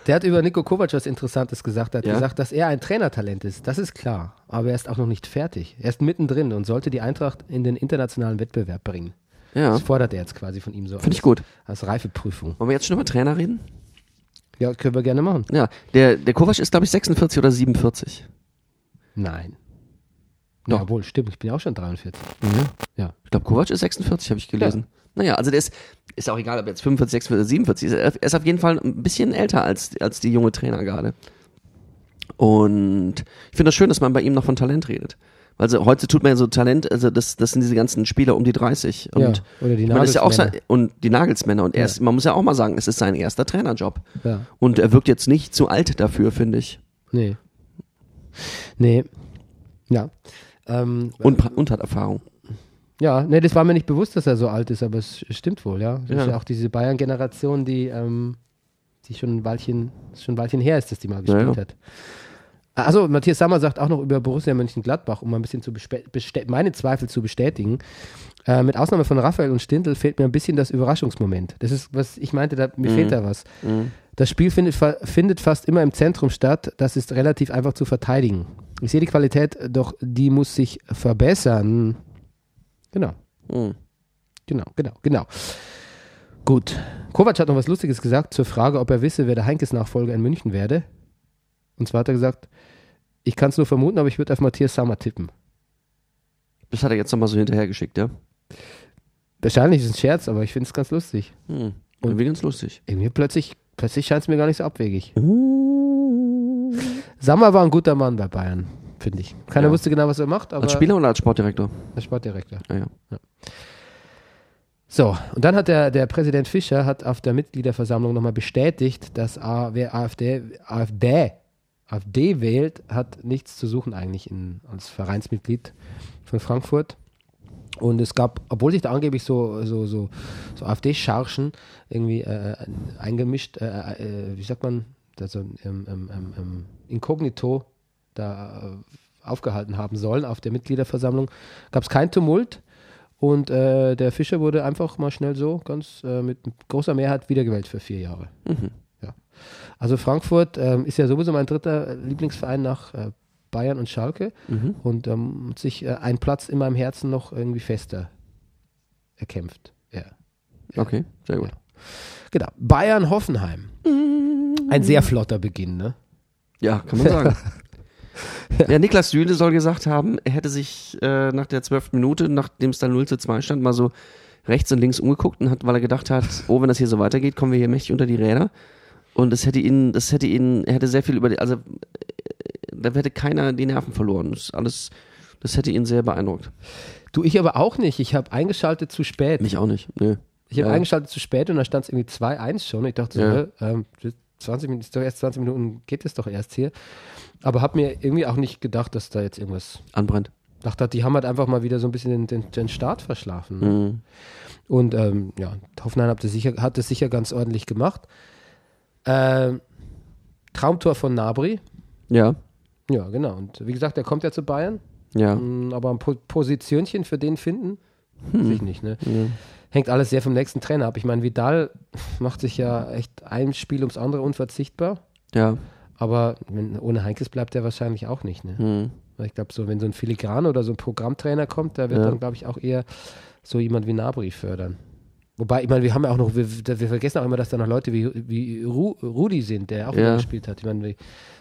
Speaker 1: der hat über Nico Kovac was Interessantes gesagt. Er hat
Speaker 2: Ja?
Speaker 1: gesagt, dass er ein Trainertalent ist. Das ist klar. Aber er ist auch noch nicht fertig. Er ist mittendrin und sollte die Eintracht in den internationalen Wettbewerb bringen.
Speaker 2: ja.
Speaker 1: Das fordert er jetzt quasi von ihm so
Speaker 2: Finde ich gut.
Speaker 1: als Reifeprüfung.
Speaker 2: Wollen wir jetzt schon über Trainer reden?
Speaker 1: Ja, können wir gerne machen.
Speaker 2: Ja, der, der Kovac ist, glaube ich, 46 oder 47.
Speaker 1: Nein.
Speaker 2: Doch.
Speaker 1: Ja, wohl, stimmt. Ich bin ja auch schon 43. Ja.
Speaker 2: Ich glaube, Kovac ist 46, habe ich gelesen. Naja, also der ist, ist auch egal, ob er jetzt 45, 46, 47 ist. Er ist auf jeden Fall ein bisschen älter als, als die junge Trainergarde. Und ich finde das schön, dass man bei ihm noch von Talent redet. Weil so, heute tut man ja so Talent, also das, das sind diese ganzen Spieler um die 30. Und
Speaker 1: Ja, oder die
Speaker 2: man ist ja auch sein,
Speaker 1: Nagelsmänner.
Speaker 2: Und die Nagelsmänner. Und er
Speaker 1: Ja.
Speaker 2: ist, man muss ja auch mal sagen, es ist sein erster Trainerjob.
Speaker 1: Ja.
Speaker 2: Und er wirkt jetzt nicht zu alt dafür, finde ich.
Speaker 1: Nee. Nee. Ja. Ähm,
Speaker 2: Und, pra- und hat Erfahrung.
Speaker 1: ja, nee, das war mir nicht bewusst, dass er so alt ist, aber es stimmt wohl, ja. Das
Speaker 2: Ja.
Speaker 1: ist ja auch diese Bayern-Generation, die, ähm, die schon ein Weilchen, schon ein Weilchen her ist, dass die mal gespielt
Speaker 2: Ja, ja.
Speaker 1: hat. Also Matthias Sammer sagt auch noch über Borussia Mönchengladbach, um mal ein bisschen zu bespe- bestä- meine Zweifel zu bestätigen. Äh, mit Ausnahme von Raphael und Stindl fehlt mir ein bisschen das Überraschungsmoment. Das ist, was ich meinte, da, mir fehlt da was. Das Spiel findet, fa findet fast immer im Zentrum statt. Das ist relativ einfach zu verteidigen. Ich sehe die Qualität, doch die muss sich verbessern. Genau.
Speaker 2: Mhm.
Speaker 1: Genau, genau, genau. Gut. Kovac hat noch was Lustiges gesagt zur Frage, ob er wisse, wer der Heinkes Nachfolger in München werde. Und zwar hat er gesagt, ich kann es nur vermuten, aber ich würde auf Matthias Sammer tippen.
Speaker 2: Das hat er jetzt nochmal so hinterhergeschickt, ja?
Speaker 1: Wahrscheinlich ist es ein Scherz, aber ich finde es ganz lustig.
Speaker 2: Hm. Irgendwie ganz lustig.
Speaker 1: Irgendwie plötzlich, plötzlich scheint es mir gar nicht so abwegig. Sammer war ein guter Mann bei Bayern, finde ich. Keiner
Speaker 2: Uh. Ja.
Speaker 1: wusste genau, was er macht, aber
Speaker 2: Als Spieler oder als Sportdirektor?
Speaker 1: der Sportdirektor.
Speaker 2: Naja.
Speaker 1: So, und dann hat der, der Präsident Fischer hat auf der Mitgliederversammlung nochmal bestätigt, dass A, wer AfD, AfD, AfD wählt, hat nichts zu suchen eigentlich in, als Vereinsmitglied von Frankfurt. Und es gab, obwohl sich da angeblich so, so, so, so AfD-Chargen irgendwie äh, eingemischt, äh, äh, wie sagt man, da so ähm, ähm, ähm, ähm, inkognito da äh, aufgehalten haben sollen auf der Mitgliederversammlung, gab es keinen Tumult. Und äh, der Fischer wurde einfach mal schnell so ganz äh, mit großer Mehrheit wiedergewählt für vier Jahre. Ja. Also Frankfurt ähm, ist ja sowieso mein dritter äh, Lieblingsverein nach äh, Bayern und Schalke und ähm, hat sich äh, ein Platz in meinem Herzen noch irgendwie fester erkämpft. Ja.
Speaker 2: Okay, sehr gut.
Speaker 1: Genau. Bayern Hoffenheim. Ein sehr flotter Beginn, ne?
Speaker 2: Ja, kann man sagen. ja, Niklas Süle soll gesagt haben, er hätte sich äh, nach der zwölften Minute, nachdem es dann 0 zu 2 stand, mal so rechts und links umgeguckt und hat, weil er gedacht hat, oh, wenn das hier so weitergeht, kommen wir hier mächtig unter die Räder. Und das hätte ihn, das hätte ihn, er hätte sehr viel über die, also äh, da hätte keiner die Nerven verloren. Das ist alles, das hätte ihn sehr beeindruckt.
Speaker 1: Du, ich aber auch nicht. Ich habe eingeschaltet zu spät.
Speaker 2: Mich auch nicht. Äh, Nee.
Speaker 1: Ich habe
Speaker 2: Ja.
Speaker 1: eingeschaltet zu spät und da stand es irgendwie 2-1 schon. Ich dachte so,
Speaker 2: Ja.
Speaker 1: hä, ähm, das 20 Minuten, ist doch erst 20 Minuten geht es doch erst hier. Aber habe mir irgendwie auch nicht gedacht, dass da jetzt irgendwas.
Speaker 2: Anbrennt.
Speaker 1: Dachte, die haben halt einfach mal wieder so ein bisschen den, den, den Start verschlafen. ne?
Speaker 2: Mhm. Hm.
Speaker 1: Und ähm, ja, Hoffenheim hat das sicher, hat das sicher ganz ordentlich gemacht. Ähm, Traumtor von Nabri.
Speaker 2: Ja,
Speaker 1: Ja, genau. Und wie gesagt, der kommt ja zu Bayern.
Speaker 2: ja.
Speaker 1: Mm, Aber ein po Positionchen für den finden,
Speaker 2: Hm.
Speaker 1: sich nicht. Ne? Hängt alles sehr vom nächsten Trainer ab. Ich meine, Vidal macht sich ja echt ein Spiel ums andere unverzichtbar.
Speaker 2: Ja,
Speaker 1: Aber wenn, ohne Heinkes bleibt er wahrscheinlich auch nicht. Ne?
Speaker 2: Hm.
Speaker 1: Weil Ich glaube, so, wenn so ein Filigran oder so ein Programmtrainer kommt, da wird
Speaker 2: Ja.
Speaker 1: dann, glaube ich, auch eher so jemand wie Nabri fördern. Wobei, ich meine, wir haben ja auch noch, wir, wir vergessen auch immer, dass da noch Leute wie, wie Ru, Rudi sind, der auch
Speaker 2: Ja.
Speaker 1: mal gespielt hat. Ich meine, wir-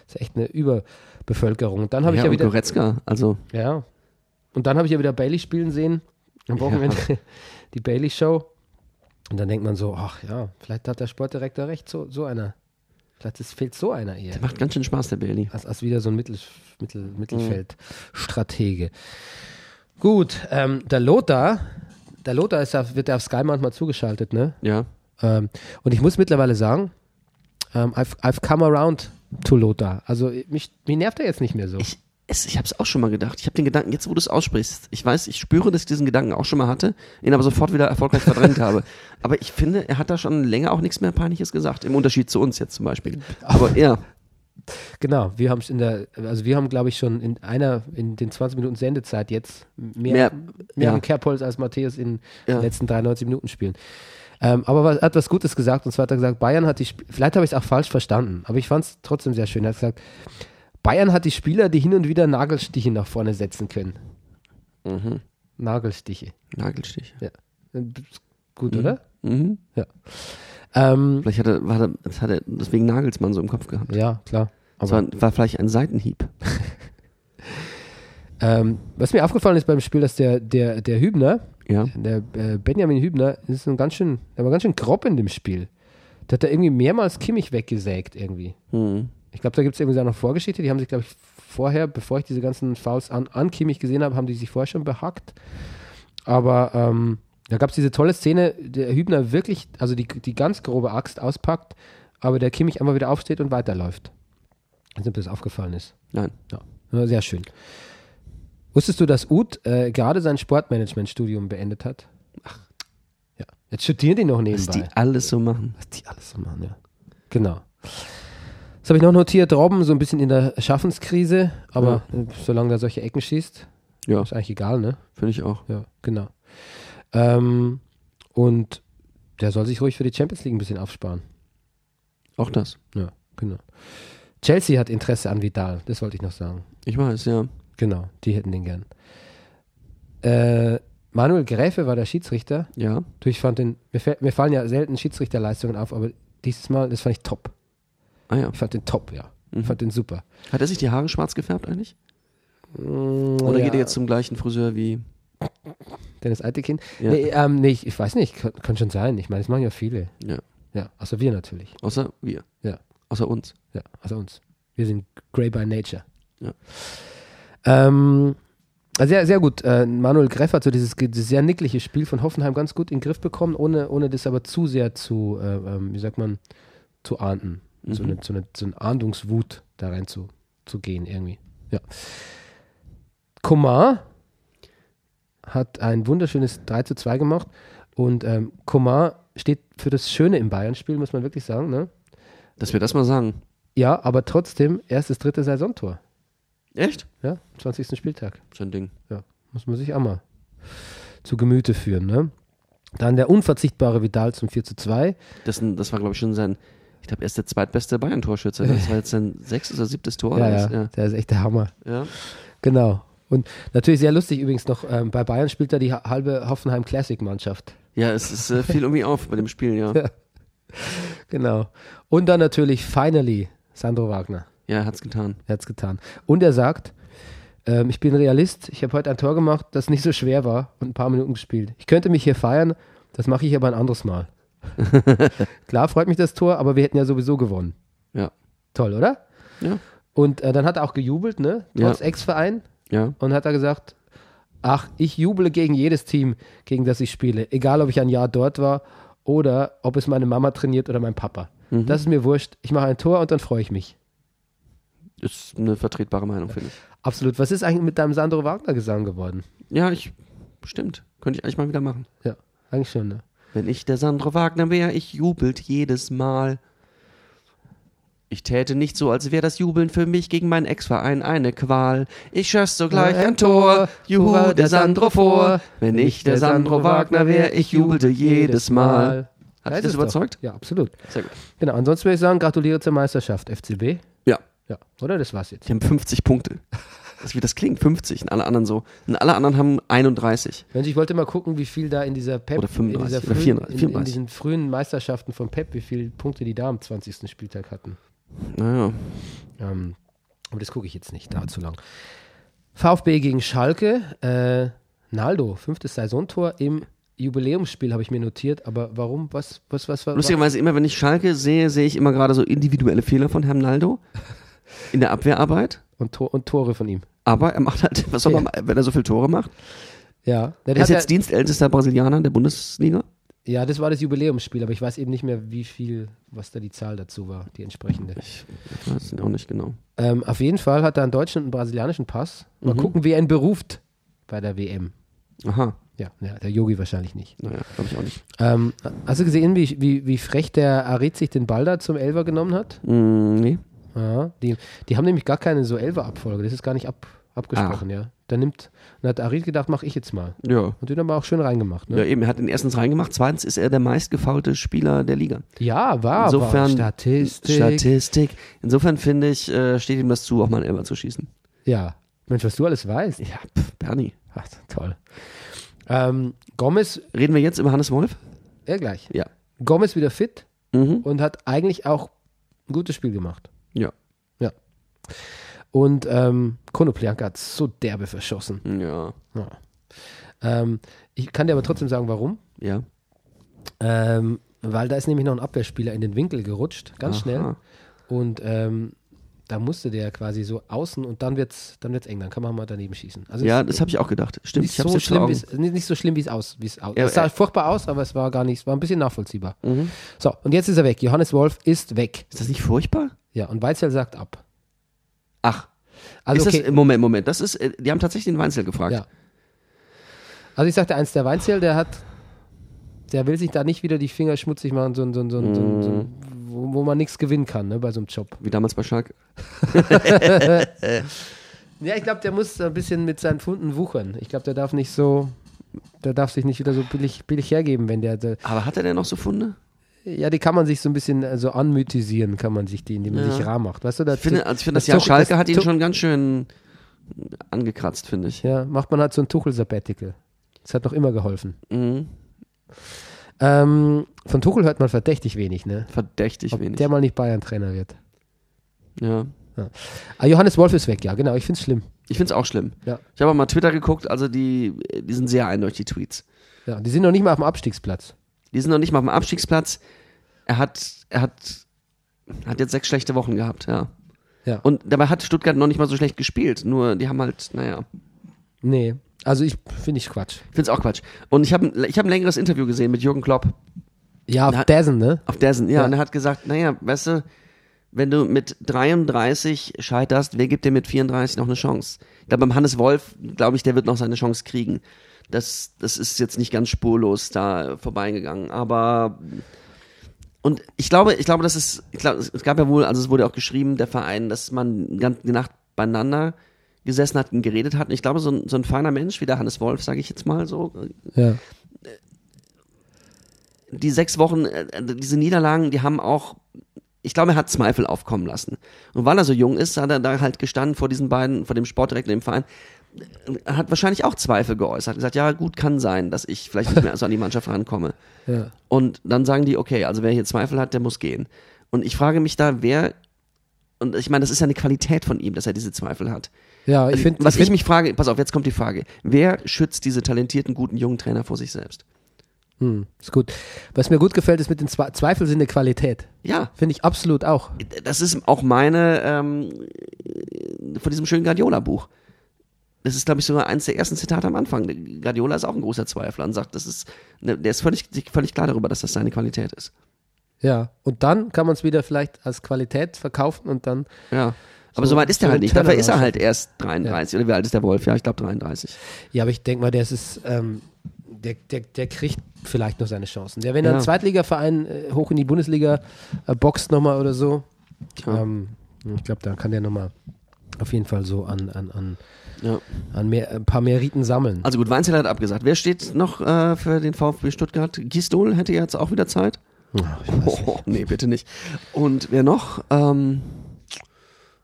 Speaker 1: das ist echt eine Überbevölkerung. Und dann habe
Speaker 2: ja,
Speaker 1: ich ja
Speaker 2: und
Speaker 1: wieder.
Speaker 2: Goretzka, also
Speaker 1: Ja. Und dann habe ich ja wieder Bailey spielen sehen am Wochenende, die Bailey Show. Und dann denkt man so, ach ja, vielleicht hat der Sportdirektor recht, so, so einer. Vielleicht ist, fehlt so einer eher.
Speaker 2: der macht ganz schön Spaß, der Bailey.
Speaker 1: Als, als wieder so ein Mittel, Mittel, Mittelfeldstratege. Gut, ähm, der Lothar, der Lothar ist auf, wird ja auf Sky manchmal zugeschaltet, ne?
Speaker 2: Ja.
Speaker 1: Ähm, und ich muss mittlerweile sagen, ähm, I've, I've come around Tulota. Also mich, mich nervt er jetzt nicht mehr so.
Speaker 2: Ich, es, ich habe es auch schon mal gedacht. Ich habe den Gedanken, jetzt wo du es aussprichst, ich weiß, ich spüre, dass ich diesen Gedanken auch schon mal hatte, ihn aber sofort wieder erfolgreich verdrängt habe. Aber ich finde, er hat da schon länger auch nichts mehr Peinliches gesagt, im Unterschied zu uns jetzt zum Beispiel. Aber ja,
Speaker 1: Genau, wir haben es in der, also wir haben, glaube ich, schon in einer, in den 20 Minuten Sendezeit jetzt mehr,
Speaker 2: Mehr,
Speaker 1: mehr,
Speaker 2: ja.
Speaker 1: am Kerbholz als Matthäus in
Speaker 2: Ja.
Speaker 1: den letzten 93 Minuten spielen. Ähm, aber was, hat was Gutes gesagt, und zwar hat er gesagt, Bayern hat die, Sp- vielleicht habe ich es auch falsch verstanden, aber ich fand es trotzdem sehr schön. Er hat gesagt, Bayern hat die Spieler, die hin und wieder Nagelstiche nach vorne setzen können.
Speaker 2: Mhm.
Speaker 1: Nagelstiche.
Speaker 2: Nagelstich.
Speaker 1: Ja. Gut, oder?
Speaker 2: Mhm.
Speaker 1: Ähm,
Speaker 2: Vielleicht hat er, war er, das hat er deswegen Nagelsmann so im Kopf gehabt.
Speaker 1: ja, klar.
Speaker 2: Das war, war vielleicht ein Seitenhieb.
Speaker 1: Ähm, was mir aufgefallen ist beim Spiel, dass der, der, der Hübner,
Speaker 2: Ja.
Speaker 1: der äh, Benjamin Hübner, ist ein ganz schön, der war ganz schön grob in dem Spiel. Der hat da irgendwie mehrmals Kimmich weggesägt irgendwie.
Speaker 2: Mhm.
Speaker 1: Ich glaube, da gibt es irgendwie so eine Vorgeschichte. Die haben sich, glaube ich, vorher, bevor ich diese ganzen Fouls an, an Kimmich gesehen habe, haben die sich vorher schon behackt. Aber ähm, da gab es diese tolle Szene, der Hübner wirklich, also die, die ganz grobe Axt auspackt, aber der Kimmich einfach wieder aufsteht und weiterläuft. Ich weiß nicht, ob das aufgefallen ist.
Speaker 2: Nein.
Speaker 1: Ja, ja, sehr schön. Wusstest du, dass Uth äh, gerade sein Sportmanagement-Studium beendet hat? Ach. Ja. Jetzt studieren die noch nebenbei.
Speaker 2: Was die alles so machen.
Speaker 1: Was die alles so machen, ja. Genau. Das habe ich noch notiert. Robben so ein bisschen in der Schaffenskrise, aber äh, solange da solche Ecken schießt,
Speaker 2: Ja,
Speaker 1: ist eigentlich egal, ne?
Speaker 2: finde ich auch.
Speaker 1: Ja, genau. Ähm, und der soll sich ruhig für die Champions League ein bisschen aufsparen.
Speaker 2: Auch das.
Speaker 1: Ja, genau. Chelsea hat Interesse an Vidal, das wollte ich noch sagen.
Speaker 2: Ich weiß, ja.
Speaker 1: Genau, die hätten den gern. Äh, Manuel Gräfe war der Schiedsrichter.
Speaker 2: Ja.
Speaker 1: Du, ich fand den, mir, fällt- mir fallen ja selten Schiedsrichterleistungen auf, aber dieses Mal, das fand ich top.
Speaker 2: Ah ja.
Speaker 1: Ich fand den top, ja. Ich
Speaker 2: Mhm.
Speaker 1: fand den super.
Speaker 2: Hat er sich die Haare schwarz gefärbt eigentlich? Oder
Speaker 1: Oder
Speaker 2: geht er jetzt zum gleichen Friseur wie.
Speaker 1: Dennis Altekin?
Speaker 2: Ja.
Speaker 1: Nee, ähm, nee ich, ich weiß nicht, kann, kann schon sein. Ich meine, das machen ja viele.
Speaker 2: Ja.
Speaker 1: Ja, außer wir natürlich.
Speaker 2: Außer wir.
Speaker 1: Ja.
Speaker 2: Außer uns.
Speaker 1: Ja, also uns. Wir sind grey by nature.
Speaker 2: Ja.
Speaker 1: Ähm, sehr, sehr gut. Äh, Manuel Greff hat so dieses, ge- dieses sehr nickliche Spiel von Hoffenheim ganz gut in den Griff bekommen, ohne, ohne das aber zu sehr zu, äh, ähm, wie sagt man, zu ahnden. So, eine, so, eine, so eine Ahndungswut da rein zu, zu gehen irgendwie. Ja. Komar hat ein wunderschönes 3 zu 2 gemacht und ähm, Komar steht für das Schöne im Bayern-Spiel, muss man wirklich sagen. Ne?
Speaker 2: Dass wir das mal sagen.
Speaker 1: Ja, aber trotzdem erst das dritte Saisontor.
Speaker 2: Echt?
Speaker 1: Ja, am 20. Spieltag.
Speaker 2: So ein Ding.
Speaker 1: Ja, muss man sich auch mal zu Gemüte führen. Ne? Dann der unverzichtbare Vidal zum 4 zu 2.
Speaker 2: Das, das war, glaube ich, schon sein. Ich glaube, er ist der zweitbeste Bayern-Torschütze. Das war jetzt sein sechstes oder siebtes Tor.
Speaker 1: Ja,
Speaker 2: oder
Speaker 1: ja,
Speaker 2: was? Oh, ja.
Speaker 1: der ist echt der Hammer.
Speaker 2: ja.
Speaker 1: Genau. Und natürlich sehr lustig übrigens noch, ähm, bei Bayern spielt da die ha- halbe Hoffenheim Classic-Mannschaft.
Speaker 2: Ja, es ist äh, viel um ihn auf bei dem Spiel, ja.
Speaker 1: Ja. Genau. Und dann natürlich finally Sandro Wagner.
Speaker 2: Ja, er hat's getan.
Speaker 1: Er hat's getan. Und er sagt, ähm, ich bin Realist, ich habe heute ein Tor gemacht, das nicht so schwer war und ein paar Minuten gespielt. Ich könnte mich hier feiern, das mache ich aber ein anderes Mal. Klar freut mich das Tor, aber wir hätten ja sowieso gewonnen.
Speaker 2: Ja.
Speaker 1: Toll, oder?
Speaker 2: Ja.
Speaker 1: Und äh, dann hat er auch gejubelt, ne? Trotz
Speaker 2: Ja.
Speaker 1: Ex-Verein
Speaker 2: Ja.
Speaker 1: und hat er gesagt, ach, ich juble gegen jedes Team, gegen das ich spiele, egal ob ich ein Jahr dort war oder ob es meine Mama trainiert oder mein Papa.
Speaker 2: Mhm.
Speaker 1: Das ist mir wurscht. Ich mache ein Tor und dann freue ich mich.
Speaker 2: Ist eine vertretbare Meinung, finde ich.
Speaker 1: Absolut. Was ist eigentlich mit deinem Sandro Wagner Gesang geworden?
Speaker 2: Ja, ich. Stimmt. Könnte ich eigentlich mal wieder machen.
Speaker 1: Ja, eigentlich schon, ne?
Speaker 2: Wenn ich der Sandro Wagner wäre, ich jubelt jedes Mal. Ich täte nicht so, als wäre das Jubeln für mich gegen meinen Ex-Verein eine Qual. Ich schöss sogleich ein Tor, juhu, der Sandro vor. Wenn ich der Sandro Wagner wäre, ich jubelte jedes Mal. Hat
Speaker 1: Da
Speaker 2: dich
Speaker 1: ist
Speaker 2: das
Speaker 1: es
Speaker 2: überzeugt?
Speaker 1: Doch. Ja, absolut.
Speaker 2: Sehr gut.
Speaker 1: Genau, ansonsten würde ich sagen, gratuliere zur Meisterschaft, FCB.
Speaker 2: Ja,
Speaker 1: Ja, oder? Das war's jetzt.
Speaker 2: die haben 50 Punkte. Das, wie das klingt, 50. Und alle anderen so. Und alle anderen haben 31.
Speaker 1: Mensch, ich wollte mal gucken, wie viel da in dieser Pep,
Speaker 2: Oder 35
Speaker 1: in, dieser
Speaker 2: oder
Speaker 1: frühen,
Speaker 2: 34,
Speaker 1: in, in
Speaker 2: 34.
Speaker 1: diesen frühen Meisterschaften von Pep, wie viele Punkte die da am 20. Spieltag hatten.
Speaker 2: Naja.
Speaker 1: Ähm, aber das gucke ich jetzt nicht, da zu lang. VfB gegen Schalke. Äh, Naldo, fünftes Saisontor im Jubiläumsspiel habe ich mir notiert. Aber warum? Was, was, was, was?
Speaker 2: Lustigerweise, immer wenn ich Schalke sehe, sehe ich immer gerade so individuelle Fehler von Herrn Naldo in der Abwehrarbeit.
Speaker 1: Und, Tor, und Tore von ihm.
Speaker 2: Aber er macht halt, was soll man,
Speaker 1: Ja.
Speaker 2: ma- wenn er so viele Tore macht?
Speaker 1: Ja, der
Speaker 2: Er
Speaker 1: hat
Speaker 2: ist jetzt
Speaker 1: ja,
Speaker 2: dienstältester Brasilianer der Bundesliga.
Speaker 1: Ja, das war das Jubiläumsspiel, aber ich weiß eben nicht mehr, wie viel, was da die Zahl dazu war, die entsprechende.
Speaker 2: Ich weiß auch nicht genau.
Speaker 1: Ähm, auf jeden Fall hat er einen deutschen und einen brasilianischen Pass. Mal
Speaker 2: Mhm.
Speaker 1: gucken, wer ihn beruft bei der WM.
Speaker 2: Aha.
Speaker 1: Ja, ja der Yogi wahrscheinlich nicht.
Speaker 2: Naja, glaube ich auch nicht.
Speaker 1: Ähm, hast du gesehen, wie, wie, wie frech der Arid sich den Ball da zum Elfer genommen hat?
Speaker 2: Mm, nee.
Speaker 1: Ja, die, die haben nämlich gar keine so Elfer-Abfolge. Das ist gar nicht ab,
Speaker 2: Ah.
Speaker 1: abgesprochen, ja. Da nimmt, dann hat Arid gedacht, mach ich jetzt mal.
Speaker 2: Ja.
Speaker 1: Und den haben wir auch schön reingemacht.
Speaker 2: Ja,
Speaker 1: Ne?
Speaker 2: eben, er hat ihn erstens reingemacht. Zweitens ist er der meistgefaulte Spieler der Liga.
Speaker 1: Ja, war
Speaker 2: Insofern.
Speaker 1: aber Statistik.
Speaker 2: Statistik. Insofern finde ich, äh, steht ihm das zu, auch mal einen Elber zu schießen.
Speaker 1: Ja, Mensch, was du alles weißt.
Speaker 2: Ja, pff, Bernie.
Speaker 1: Ach, toll. Ähm, Gomez,
Speaker 2: Reden wir jetzt über Hannes Wolf?
Speaker 1: er gleich.
Speaker 2: Ja.
Speaker 1: Gomez wieder fit
Speaker 2: Mhm.
Speaker 1: und hat eigentlich auch ein gutes Spiel gemacht.
Speaker 2: Ja.
Speaker 1: Und ähm, Konoplyanka hat so derbe verschossen.
Speaker 2: Ja.
Speaker 1: Ja. Ähm, ich kann dir aber trotzdem sagen, warum.
Speaker 2: Ja.
Speaker 1: Ähm, weil da ist nämlich noch ein Abwehrspieler in den Winkel gerutscht, ganz schnell. Und ähm, da musste der quasi so außen und dann wird's, dann wird's eng, dann kann man mal daneben schießen. Also
Speaker 2: Ja,
Speaker 1: es ist
Speaker 2: das habe ich auch gedacht. Stimmt,
Speaker 1: nicht
Speaker 2: ich habe
Speaker 1: so
Speaker 2: jetzt vor
Speaker 1: schlimm,
Speaker 2: Augen.
Speaker 1: wie's- nicht, nicht so schlimm, wie es aus, wie's aus.
Speaker 2: Ja,
Speaker 1: es sah
Speaker 2: äh,
Speaker 1: furchtbar aus, aber es war gar nicht, es war ein bisschen nachvollziehbar. So, und jetzt ist er weg. Johannes Wolf ist weg.
Speaker 2: Mhm. Ist das nicht furchtbar?
Speaker 1: Ja, und Weitzel sagt ab.
Speaker 2: Ach,
Speaker 1: Also
Speaker 2: ist
Speaker 1: okay,
Speaker 2: das, Moment, Moment, das ist, äh, die haben tatsächlich den Weinzel gefragt.
Speaker 1: Ja. Also ich sagte eins, der Weinzierl, der hat, der will sich da nicht wieder die Finger schmutzig machen, so, ein- so, ein- so, ein- so, ein- so, ein-
Speaker 2: Mhm.
Speaker 1: wo, wo man nichts gewinnen kann, ne, bei so einem Job.
Speaker 2: Wie damals bei Schalke.
Speaker 1: Ja, ich glaube, der muss ein bisschen mit seinen Pfunden wuchern. Ich glaube, der darf nicht so, der darf sich nicht wieder so billig, billig hergeben, wenn der, der,
Speaker 2: Aber hat er denn noch so Funde?
Speaker 1: ja, die kann man sich so ein bisschen äh, so anmythisieren, kann man sich die, indem man
Speaker 2: Ja.
Speaker 1: sich rar macht. Weißt du,
Speaker 2: Ich finde, also ich finde das, Jahr Schalke hat ihn schon ganz schön angekratzt, finde ich.
Speaker 1: Ja, macht man halt so ein Tuchel-Sabbatical. Das hat noch immer geholfen.
Speaker 2: Mhm.
Speaker 1: Ähm, von Tuchel hört man verdächtig wenig, ne?
Speaker 2: Verdächtig
Speaker 1: Ob
Speaker 2: wenig.
Speaker 1: der mal nicht Bayern-Trainer wird.
Speaker 2: ja.
Speaker 1: Ah, Johannes Wolf ist weg, ja, genau. Ich finde es schlimm.
Speaker 2: Ich finde es auch schlimm.
Speaker 1: Ja.
Speaker 2: Ich habe auch mal Twitter geguckt, also die, die sind sehr eindeutig, die Tweets.
Speaker 1: Ja, die sind noch nicht mal auf dem Abstiegsplatz.
Speaker 2: Die sind noch nicht mal auf dem Abstiegsplatz. Er hat, er hat, hat jetzt sechs schlechte Wochen gehabt, ja.
Speaker 1: Ja.
Speaker 2: Und dabei hat Stuttgart noch nicht mal so schlecht gespielt. Nur die haben halt, naja,
Speaker 1: Nee, also ich finde ich Quatsch.
Speaker 2: ich finde es auch Quatsch. Und ich habe ich hab ein längeres Interview gesehen mit Jürgen Klopp
Speaker 1: Ja,
Speaker 2: Na-
Speaker 1: auf Dessen, ne?
Speaker 2: auf Dessen. Ja,
Speaker 1: Ja.
Speaker 2: und er hat gesagt, naja, weißt du, wenn du mit 33 scheiterst, wer gibt dir mit 34 noch eine Chance? Da beim Hannes Wolf, glaube ich, der wird noch seine Chance kriegen. Das, das ist jetzt nicht ganz spurlos da vorbeigegangen. Aber und ich glaube, ich glaube, das ist, ich glaube, es es gab ja wohl, also es wurde auch geschrieben, der Verein, dass man die ganze Nacht beieinander gesessen hat und geredet hat. Und ich glaube, so ein, so ein feiner Mensch wie der Hannes Wolf, sage ich jetzt mal so,
Speaker 1: Ja.
Speaker 2: die sechs Wochen, äh, diese Niederlagen, die haben auch, ich glaube, er hat Zweifel aufkommen lassen. Und weil er so jung ist, hat er da halt gestanden vor diesen beiden, vor dem Sportdirektor, dem Verein, äh, hat wahrscheinlich auch Zweifel geäußert. Gesagt, ja, gut, kann sein, dass ich vielleicht nicht mehr so an die Mannschaft rankomme.
Speaker 1: Ja.
Speaker 2: Und dann sagen die, okay, also wer hier Zweifel hat, der muss gehen. Und ich frage mich da, wer, und ich meine, das ist ja eine Qualität von ihm, dass er diese Zweifel hat.
Speaker 1: Ja, ich finde,
Speaker 2: Was ich mich frage, pass auf, jetzt kommt die Frage, wer schützt diese talentierten, guten, jungen Trainer vor sich selbst?
Speaker 1: hm, ist gut. Was mir gut gefällt, ist mit den Zwe Zweifel sind eine Qualität.
Speaker 2: Ja,
Speaker 1: Finde ich absolut auch.
Speaker 2: das ist auch meine ähm, von diesem schönen Guardiola-Buch. Das ist, glaube ich, sogar eines der ersten Zitate am Anfang. Guardiola ist auch ein großer Zweifler und sagt, das ist, ne, der ist völlig, sich völlig klar darüber, dass das seine Qualität ist.
Speaker 1: Ja. Und dann kann man es wieder vielleicht als Qualität verkaufen und dann.
Speaker 2: Ja. Aber
Speaker 1: So-
Speaker 2: so, weit ist der
Speaker 1: so
Speaker 2: halt
Speaker 1: ein
Speaker 2: nicht. Dafür ist er
Speaker 1: Turnaround.
Speaker 2: halt erst 33. Oder wie alt ist der Wolf? Ja, ich glaube 33.
Speaker 1: Ja, aber ich denke mal, der ist, es, ähm, der, der, der kriegt vielleicht noch seine Chancen. Der, wenn er
Speaker 2: Ja.
Speaker 1: einen Zweitligaverein äh, hoch in die Bundesliga äh, boxt nochmal oder so,
Speaker 2: Ja.
Speaker 1: ähm, ich glaube, da kann der nochmal auf jeden Fall so an, an, an,
Speaker 2: Ja.
Speaker 1: an mehr, ein paar Meriten sammeln.
Speaker 2: Also gut, Weinzel hat abgesagt. Wer steht noch äh, für den VfB Stuttgart? Gistol hätte jetzt auch wieder Zeit. Oh, nee, bitte nicht. Und wer noch? Ähm,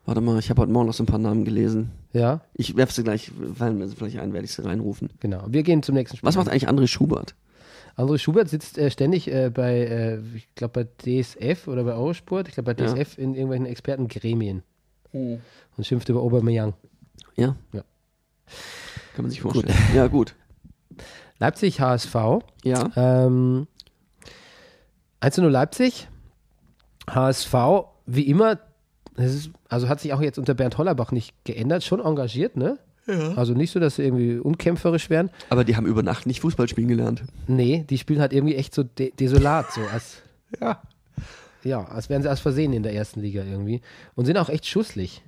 Speaker 2: warte mal, ich habe heute Morgen noch so ein paar Namen gelesen.
Speaker 1: Ja,
Speaker 2: Ich werf sie gleich, fallen mir sie vielleicht ein, werde ich sie reinrufen.
Speaker 1: genau. Wir gehen zum nächsten Spiel.
Speaker 2: Was macht eigentlich André Schubert?
Speaker 1: André Schubert sitzt äh, ständig äh, bei, äh, ich glaube, bei DSF oder bei Eurosport, ich glaube, bei
Speaker 2: Ja.
Speaker 1: DSF in irgendwelchen Expertengremien und schimpft über Aubameyang.
Speaker 2: Ja?
Speaker 1: Ja.
Speaker 2: Kann man sich vorstellen. Ja, gut.
Speaker 1: Leipzig HSV.
Speaker 2: Ja.
Speaker 1: Ähm, 1 zu 0 Leipzig. HSV, wie immer, das ist, also hat sich auch jetzt unter Bernd Hollerbach nicht geändert, schon engagiert, ne? Also nicht so, dass sie irgendwie unkämpferisch wären.
Speaker 2: Aber die haben über Nacht nicht Fußball spielen gelernt.
Speaker 1: Nee, die spielen halt irgendwie echt so de desolat, so als,
Speaker 2: Ja.
Speaker 1: ja, als wären sie aus Versehen in der ersten Liga irgendwie. Und sind auch echt schusslich.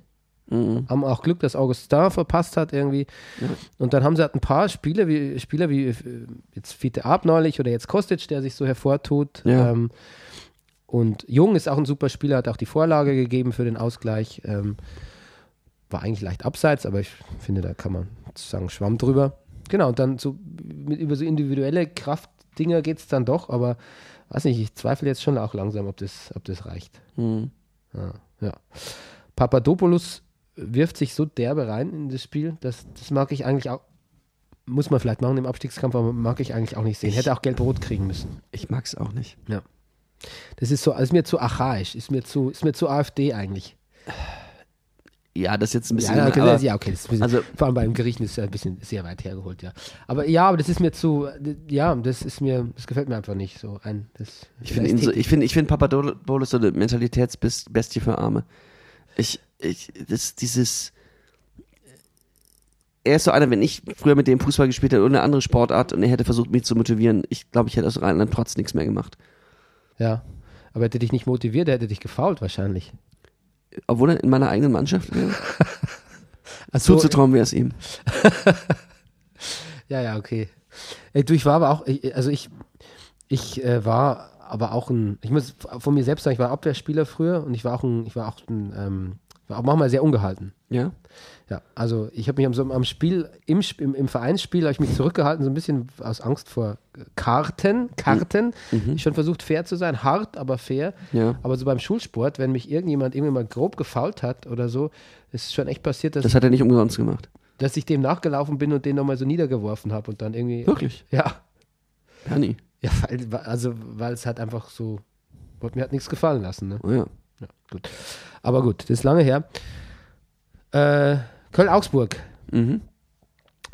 Speaker 1: Haben auch Glück, dass Augustin verpasst hat irgendwie. Und dann haben sie halt ein paar Spieler wie, Spieler wie äh, jetzt Fiete Ab neulich oder jetzt Kostic, der sich so hervortut.
Speaker 2: Ja.
Speaker 1: Ähm, und Jung ist auch ein super Spieler, hat auch die Vorlage gegeben für den Ausgleich. Ähm, war eigentlich leicht abseits, aber ich finde, da kann man sagen, Schwamm drüber. Genau, und dann so mit, über so individuelle Kraftdinger geht es dann doch, aber weiß nicht, ich zweifle jetzt schon auch langsam, ob das, ob das reicht.
Speaker 2: Hm.
Speaker 1: Ah, Ja, ja. Papadopoulos wirft sich so derbe rein in das Spiel, das, das mag ich eigentlich auch, muss man vielleicht machen im Abstiegskampf, aber mag ich eigentlich auch nicht sehen. Hätte auch gelb-rot kriegen müssen.
Speaker 2: Ich mag's auch nicht.
Speaker 1: Das ist so, ist mir zu archaisch, ist mir zu, ist mir zu AfD eigentlich.
Speaker 2: Ja, das ist jetzt ein bisschen. ne,
Speaker 1: Ja, okay,
Speaker 2: aber,
Speaker 1: ja, okay. Das ist ein bisschen,
Speaker 2: also-
Speaker 1: vor allem beim Gericht ist es ein bisschen sehr weit hergeholt, ja. Aber ja, aber das ist mir zu, ja, das ist mir, das gefällt mir einfach nicht so ein. Das,
Speaker 2: Ich finde ihn so, ich finde, ich finde Papadopoulos so eine Mentalitätsbestie für Arme. Ich, ich, das, dieses, er ist so einer, wenn ich früher mit dem Fußball gespielt hätte oder eine andere Sportart und er hätte versucht, mich zu motivieren, ich glaube, ich hätte aus reinem Trotz nichts mehr gemacht.
Speaker 1: Ja. Aber hätte dich nicht motiviert, er hätte dich gefault wahrscheinlich.
Speaker 2: Obwohl er in meiner eigenen Mannschaft wäre.
Speaker 1: Also,
Speaker 2: Zuzutrauen wäre es ihm.
Speaker 1: Ja, ja, okay. Ey, du, ich war aber auch, ich- also ich, ich äh, war aber auch ein, ich muss von mir selbst sagen, ich war Abwehrspieler früher und ich war auch ein, ich war auch ein, ähm, war auch manchmal sehr ungehalten.
Speaker 2: Ja?
Speaker 1: Ja, also ich habe mich am, so- am Spiel, im, Sp- im, im Vereinsspiel habe ich mich zurückgehalten, so ein bisschen aus Angst vor Karten, Karten. Ich schon versucht fair zu sein, hart, aber fair.
Speaker 2: Ja.
Speaker 1: Aber so beim Schulsport, wenn mich irgendjemand irgendwie mal grob gefault hat oder so, ist schon echt passiert, dass,
Speaker 2: Das hat er nicht umsonst gemacht.
Speaker 1: dass ich dem nachgelaufen bin und den nochmal so niedergeworfen habe und dann irgendwie.
Speaker 2: Wirklich?
Speaker 1: Ja.
Speaker 2: Ja, nie.
Speaker 1: Ja, weil, also, weil es halt einfach so, wollte mir hat nichts gefallen lassen, ne?
Speaker 2: Oh, ja.
Speaker 1: Ja, gut. Aber gut, das ist lange her. Äh, Köln-Augsburg.
Speaker 2: Mhm.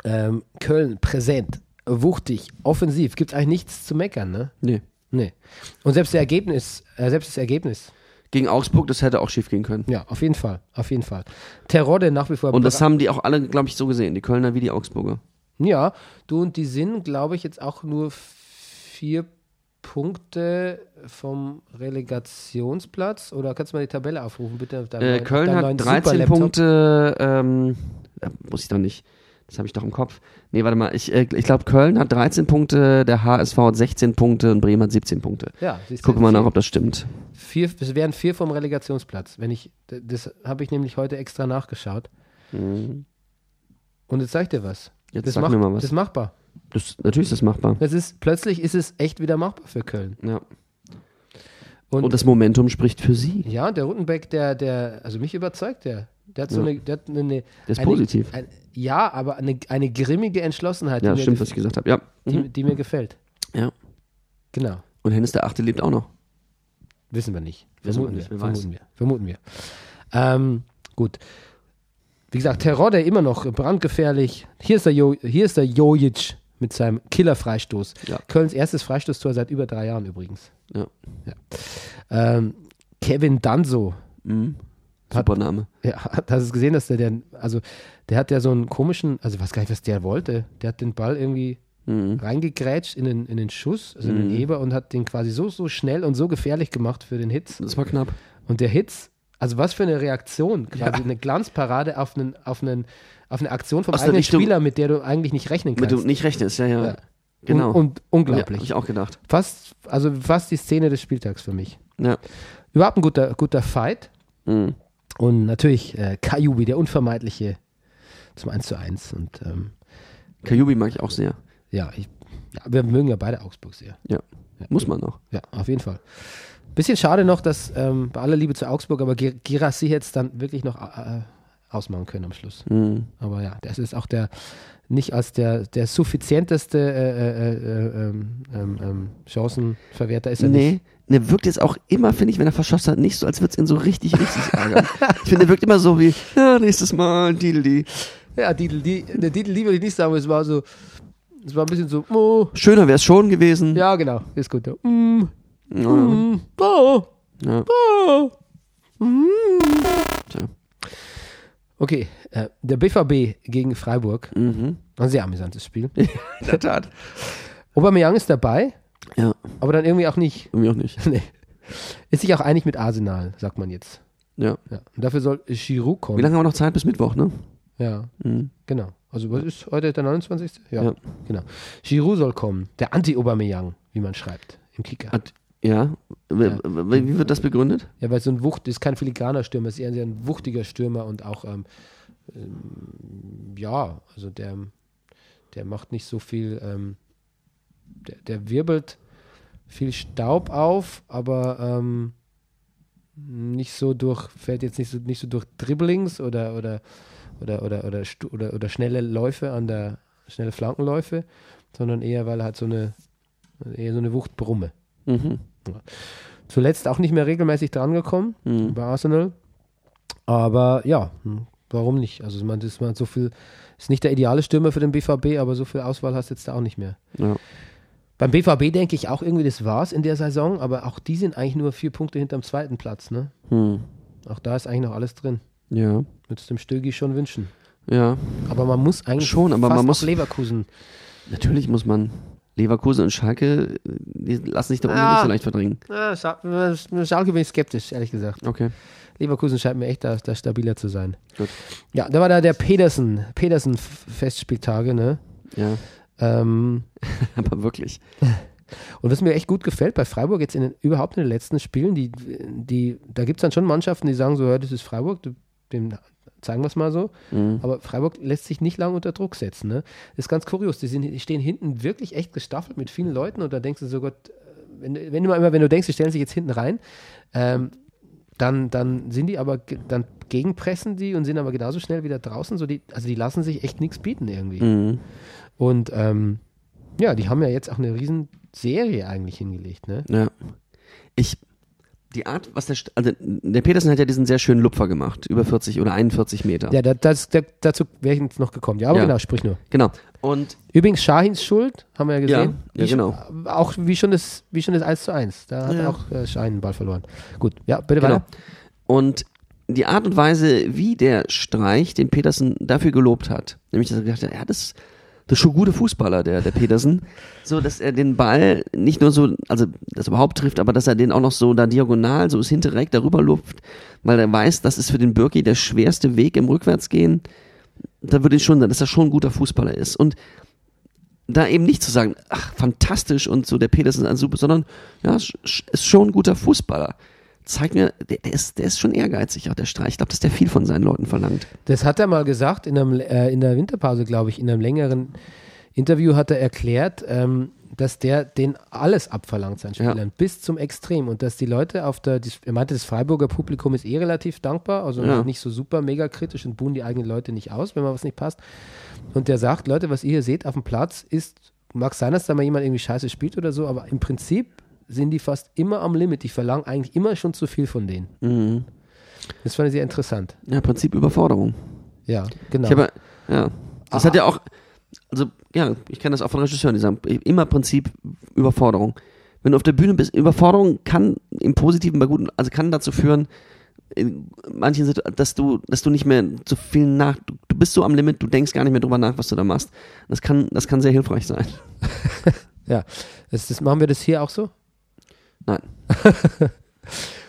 Speaker 1: Ähm, Köln präsent, wuchtig, offensiv. Gibt eigentlich nichts zu meckern, ne?
Speaker 2: Nee.
Speaker 1: Nee. Und selbst, der Ergebnis, äh, selbst das Ergebnis.
Speaker 2: Gegen Augsburg, das hätte auch schief gehen können.
Speaker 1: Ja, auf jeden Fall. Auf jeden Fall. Terodde nach wie vor.
Speaker 2: Und das haben die auch alle, glaube ich, so gesehen. Die Kölner wie die Augsburger.
Speaker 1: ja, du und die sind, glaube ich, jetzt auch nur vier Punkte vom Relegationsplatz. Oder kannst du mal die Tabelle aufrufen, bitte? auf deinem
Speaker 2: Äh,
Speaker 1: neuen- auf
Speaker 2: Köln
Speaker 1: deinem
Speaker 2: hat
Speaker 1: neuen
Speaker 2: 13
Speaker 1: Superlaptop?
Speaker 2: Punkte. Ähm, äh, muss ich doch nicht. Das habe ich doch im Kopf. Nee, warte mal. Ich, äh, ich glaube, Köln hat 13 Punkte, der HSV hat 16 Punkte und Bremen hat 17 Punkte.
Speaker 1: Ja,
Speaker 2: Ich gucke mal nach, ob das stimmt.
Speaker 1: Vier, es wären vier vom Relegationsplatz. Wenn ich, d- das habe ich nämlich heute extra nachgeschaut. Und jetzt sag ich dir was.
Speaker 2: Mhm. Jetzt
Speaker 1: das
Speaker 2: sag mir mal was.
Speaker 1: Das ist machbar.
Speaker 2: Das, natürlich ist das machbar.
Speaker 1: Das ist, plötzlich ist es echt wieder machbar für Köln.
Speaker 2: Ja.
Speaker 1: Und,
Speaker 2: Und das Momentum spricht für sie.
Speaker 1: ja, der Ruttenbeck, der, der, also mich überzeugt der. Der hat so
Speaker 2: Ja.
Speaker 1: eine, der hat eine, eine
Speaker 2: ist positiv.
Speaker 1: Ein, ja, aber eine, eine grimmige Entschlossenheit,
Speaker 2: Ja,
Speaker 1: die,
Speaker 2: stimmt,
Speaker 1: mir
Speaker 2: was ich
Speaker 1: gef-
Speaker 2: gesagt habe. Ja. Mhm.
Speaker 1: die, die mir gefällt.
Speaker 2: ja.
Speaker 1: Genau.
Speaker 2: Und Hennes der Achte lebt auch noch.
Speaker 1: Wissen wir nicht.
Speaker 2: Wissen wir
Speaker 1: Vermuten
Speaker 2: nicht,
Speaker 1: wir.
Speaker 2: wer weiß.
Speaker 1: Vermuten wir. Vermuten wir. Ähm, gut. Wie gesagt, Terodde immer noch brandgefährlich. Hier ist der, jo hier ist der Jojic mit seinem Killer-Freistoß.
Speaker 2: Ja.
Speaker 1: Kölns erstes Freistoßtor seit über drei Jahren übrigens.
Speaker 2: Ja.
Speaker 1: Ähm, Kevin Danso.
Speaker 2: Super Name.
Speaker 1: Ja, hast du gesehen, dass der, der, also der hat ja so einen komischen, also ich weiß gar nicht, was der wollte. Der hat den Ball irgendwie
Speaker 2: Mhm.
Speaker 1: reingegrätscht in den, in den Schuss, also in den Eber und hat den quasi so, so schnell und so gefährlich gemacht für den Hitz.
Speaker 2: Das war knapp.
Speaker 1: Und der Hitz, also was für eine Reaktion, quasi eine Glanzparade auf, einen, auf, einen, auf eine Aktion vom
Speaker 2: Aus der
Speaker 1: eigenen
Speaker 2: Richtung-
Speaker 1: Spieler, mit der du eigentlich nicht rechnen
Speaker 2: Mit
Speaker 1: kannst.
Speaker 2: du nicht rechnest, ja, ja.
Speaker 1: Ja.
Speaker 2: Genau.
Speaker 1: Und, und
Speaker 2: Ja, hab
Speaker 1: unglaublich.
Speaker 2: ich auch gedacht.
Speaker 1: fast, also fast die Szene des Spieltags für mich.
Speaker 2: Ja.
Speaker 1: Überhaupt ein guter, guter Fight.
Speaker 2: Mhm.
Speaker 1: Und natürlich äh, Kajubi, der Unvermeidliche, zum 1 zu 1. Und ähm,
Speaker 2: Kajubi mag ich auch sehr.
Speaker 1: ja, ich, ja, wir mögen ja beide Augsburg sehr.
Speaker 2: Ja. Muss man noch.
Speaker 1: Ja, auf jeden Fall. Bisschen schade noch, dass ähm, bei aller Liebe zu Augsburg, aber Ger- Girassi hätte es dann wirklich noch äh, ausmachen können am Schluss.
Speaker 2: Mhm.
Speaker 1: Aber ja, das ist auch der, nicht als der, der suffizienteste äh, äh, äh, ähm, ähm, ähm, Chancenverwerter ist er
Speaker 2: Nee,
Speaker 1: nicht.
Speaker 2: der wirkt jetzt auch immer, finde ich, wenn er verschossen hat, nicht so, als würde es ihn so richtig, richtig ärgern. ich finde, der wirkt immer so wie, ja, nächstes Mal, Dideli.
Speaker 1: Ja, Didel, die, der Didel, die würde ich nicht sagen, aber es war so, es war ein bisschen so, oh,
Speaker 2: Schöner wäre es schon gewesen.
Speaker 1: ja, genau, ist gut. ja. Mm,
Speaker 2: Ja.
Speaker 1: mm, oh,
Speaker 2: Ja.
Speaker 1: oh.
Speaker 2: Tja.
Speaker 1: Mm. Okay, äh, der BVB gegen Freiburg.
Speaker 2: Mm. Mhm.
Speaker 1: Ein sehr amüsantes Spiel.
Speaker 2: In der Tat.
Speaker 1: Aubameyang ist dabei,
Speaker 2: Ja,
Speaker 1: aber dann irgendwie auch nicht.
Speaker 2: irgendwie auch nicht.
Speaker 1: nee. Ist sich auch einig mit Arsenal, sagt man jetzt.
Speaker 2: Ja.
Speaker 1: Ja. Und dafür soll Giroud kommen.
Speaker 2: Wie lange haben wir noch Zeit bis Mittwoch, ne?
Speaker 1: Ja,
Speaker 2: Mhm.
Speaker 1: genau. Also was ist heute der 29.? Ja,
Speaker 2: Ja.
Speaker 1: genau. Giroud soll kommen, der Anti-Aubameyang, wie man schreibt im Kicker.
Speaker 2: Hat- Ja. W- w- Wie wird das begründet?
Speaker 1: Ja, weil so ein Wucht ist kein filigraner Stürmer, ist eher ein sehr ein wuchtiger Stürmer und auch, ähm, ähm, ja, also der, der macht nicht so viel, ähm, der, der wirbelt viel Staub auf, aber ähm, nicht so durch, fährt jetzt nicht so, nicht so durch Dribblings oder, oder, oder, oder, oder, stu- oder, oder schnelle Läufe an der, schnelle Flankenläufe, sondern eher, weil er halt so eine, eher so eine Wuchtbrumme.
Speaker 2: Mhm.
Speaker 1: Zuletzt auch nicht mehr regelmäßig drangekommen
Speaker 2: Mhm.
Speaker 1: bei Arsenal. Aber ja, hm, warum nicht? Also man, das, man hat so viel, ist nicht der ideale Stürmer für den BVB, aber so viel Auswahl hast du jetzt da auch nicht mehr.
Speaker 2: Ja.
Speaker 1: Beim BVB denke ich auch irgendwie, das war's in der Saison, aber auch die sind eigentlich nur vier Punkte hinterm zweiten Platz. Ne?
Speaker 2: Hm.
Speaker 1: Auch da ist eigentlich noch alles drin.
Speaker 2: Ja.
Speaker 1: Würdest du dem Stögi schon wünschen.
Speaker 2: Ja.
Speaker 1: Aber man muss eigentlich
Speaker 2: Schon, aber
Speaker 1: fast
Speaker 2: man muss-
Speaker 1: auch Leverkusen.
Speaker 2: Natürlich muss man. Leverkusen und Schalke, äh, die lassen sich da unten
Speaker 1: Ah.
Speaker 2: nicht so leicht verdrängen.
Speaker 1: Ah, Schal Schalke bin ich skeptisch, ehrlich gesagt.
Speaker 2: Okay.
Speaker 1: Leverkusen scheint mir echt da, da stabiler zu sein.
Speaker 2: Gut.
Speaker 1: Ja, da war da der Pedersen, Pedersen-Festspieltage, ne?
Speaker 2: Ja.
Speaker 1: Ähm,
Speaker 2: Aber wirklich.
Speaker 1: und was mir echt gut gefällt bei Freiburg jetzt in den, überhaupt in den letzten Spielen, die, die, da gibt es dann schon Mannschaften, die sagen so, ja, das ist Freiburg, dem zeigen wir es mal so. Aber Freiburg lässt sich nicht lange unter Druck setzen. Ne? Das ist ganz kurios. Die, sind, die stehen hinten wirklich echt gestaffelt mit vielen Leuten und da denkst du so, Gott, wenn, du- wenn du mal immer, wenn du denkst, die stellen sich jetzt hinten rein, ähm, dann, dann sind die aber, ge- dann gegenpressen die und sind aber genauso schnell wieder draußen. So die, also die lassen sich echt nichts bieten irgendwie. Und ähm, ja, die haben ja jetzt auch eine riesen Serie eigentlich hingelegt, ne?
Speaker 2: Ja. Ich, die Art, was der, St- also der Petersen hat ja diesen sehr schönen Lupfer gemacht, über 40 oder 41 Meter.
Speaker 1: Ja, da, das, da, dazu wäre ich jetzt noch gekommen. Ja, aber
Speaker 2: Ja.
Speaker 1: genau, sprich nur.
Speaker 2: Genau. Und
Speaker 1: Übrigens, Shahins Schuld, haben wir ja
Speaker 2: Ja,
Speaker 1: gesehen.
Speaker 2: ja,
Speaker 1: Wie schon-
Speaker 2: genau.
Speaker 1: Auch wie schon das, wie schon das 1 zu 1. Da hat
Speaker 2: Ja.
Speaker 1: auch äh, Shahin den Ball verloren. Gut, ja, bitte
Speaker 2: Genau.
Speaker 1: weiter.
Speaker 2: Und die Art und Weise, wie der Streich den Petersen dafür gelobt hat, nämlich dass er gedacht hat, ja, das, das ist schon guter Fußballer, der, der Petersen, so dass er den Ball nicht nur so, also das überhaupt trifft, aber dass er den auch noch so da diagonal, so ist hinterreck darüber lupft, weil er weiß, das ist für den Birki der schwerste Weg im Rückwärtsgehen. Da würde ich schon sagen, dass er schon ein guter Fußballer ist. Und da eben nicht zu sagen, ach, fantastisch und so, der Petersen ist ein super, sondern ja, sch- sch- ist schon ein guter Fußballer. Zeigt mir, der, der, ist, der ist schon ehrgeizig, auch der Streich. Ich glaube, dass der viel von seinen Leuten verlangt.
Speaker 1: Das hat er mal gesagt in, einem, äh, in der Winterpause, glaube ich, in einem längeren Interview hat er erklärt, ähm, dass der den alles abverlangt, seinen
Speaker 2: Ja.
Speaker 1: Spielern, bis zum Extrem. Und dass die Leute auf der, die, er meinte, das Freiburger Publikum ist eh relativ dankbar, also
Speaker 2: Ja.
Speaker 1: nicht so super mega kritisch und buhen die eigenen Leute nicht aus, wenn mal was nicht passt. Und der sagt, Leute, was ihr hier seht auf dem Platz ist, mag sein, dass da mal jemand irgendwie scheiße spielt oder so, aber im Prinzip sind die fast immer am Limit. Ich verlange eigentlich immer schon zu viel von denen.
Speaker 2: Mhm.
Speaker 1: Das fand ich sehr interessant.
Speaker 2: Ja, Prinzip Überforderung.
Speaker 1: Ja, genau.
Speaker 2: Ich habe, ja, das hat ja auch, also ja, ich kenne das auch von Regisseuren, die sagen, immer Prinzip Überforderung. Wenn du auf der Bühne bist, Überforderung kann im Positiven bei guten, also kann dazu führen, in manchen Situationen, dass du, dass du nicht mehr so viel nach, du, du bist so am Limit, du denkst gar nicht mehr drüber nach, was du da machst. Das kann, das kann sehr hilfreich sein.
Speaker 1: Ja, das, das machen wir das hier auch so.
Speaker 2: Nein,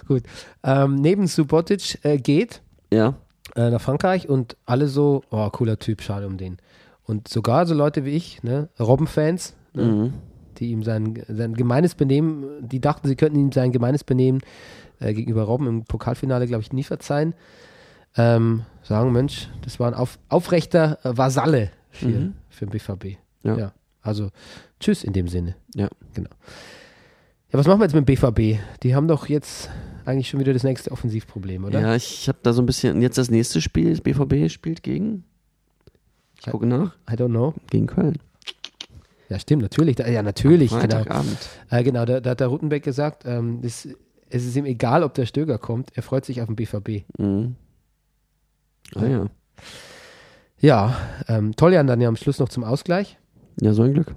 Speaker 1: Gut. Ähm, neben Subotic äh, geht
Speaker 2: ja,
Speaker 1: äh, nach Frankreich und alle so, oh, cooler Typ, schade um den. Und sogar so Leute wie ich, ne, Robben-Fans, ne,
Speaker 2: Mhm.
Speaker 1: die ihm sein, sein gemeines Benehmen, die dachten, sie könnten ihm sein gemeines Benehmen äh, gegenüber Robben im Pokalfinale, glaube ich, nie verzeihen. Ähm, sagen, Mensch, das war ein auf, aufrechter äh, Vasalle für, für den BVB.
Speaker 2: Mhm. Ja.
Speaker 1: Also, tschüss in dem Sinne.
Speaker 2: ja.
Speaker 1: Genau. Ja, was machen wir jetzt mit dem BVB? Die haben doch jetzt eigentlich schon wieder das nächste Offensivproblem, oder?
Speaker 2: Ja, ich habe da so ein bisschen, und jetzt das nächste Spiel, das BVB spielt gegen, ich gucke nach,
Speaker 1: I don't know.
Speaker 2: gegen Köln.
Speaker 1: Ja, stimmt, natürlich. Da, ja, natürlich. Genau,
Speaker 2: Freitagabend.
Speaker 1: äh, genau da, da hat der Rutenbeck gesagt, ähm, das, es ist ihm egal, ob der Stöger kommt, er freut sich auf den BVB.
Speaker 2: Mhm. Ah ja.
Speaker 1: Ja, ähm, Toljan dann ja am Schluss noch zum Ausgleich.
Speaker 2: Ja, so ein Glück.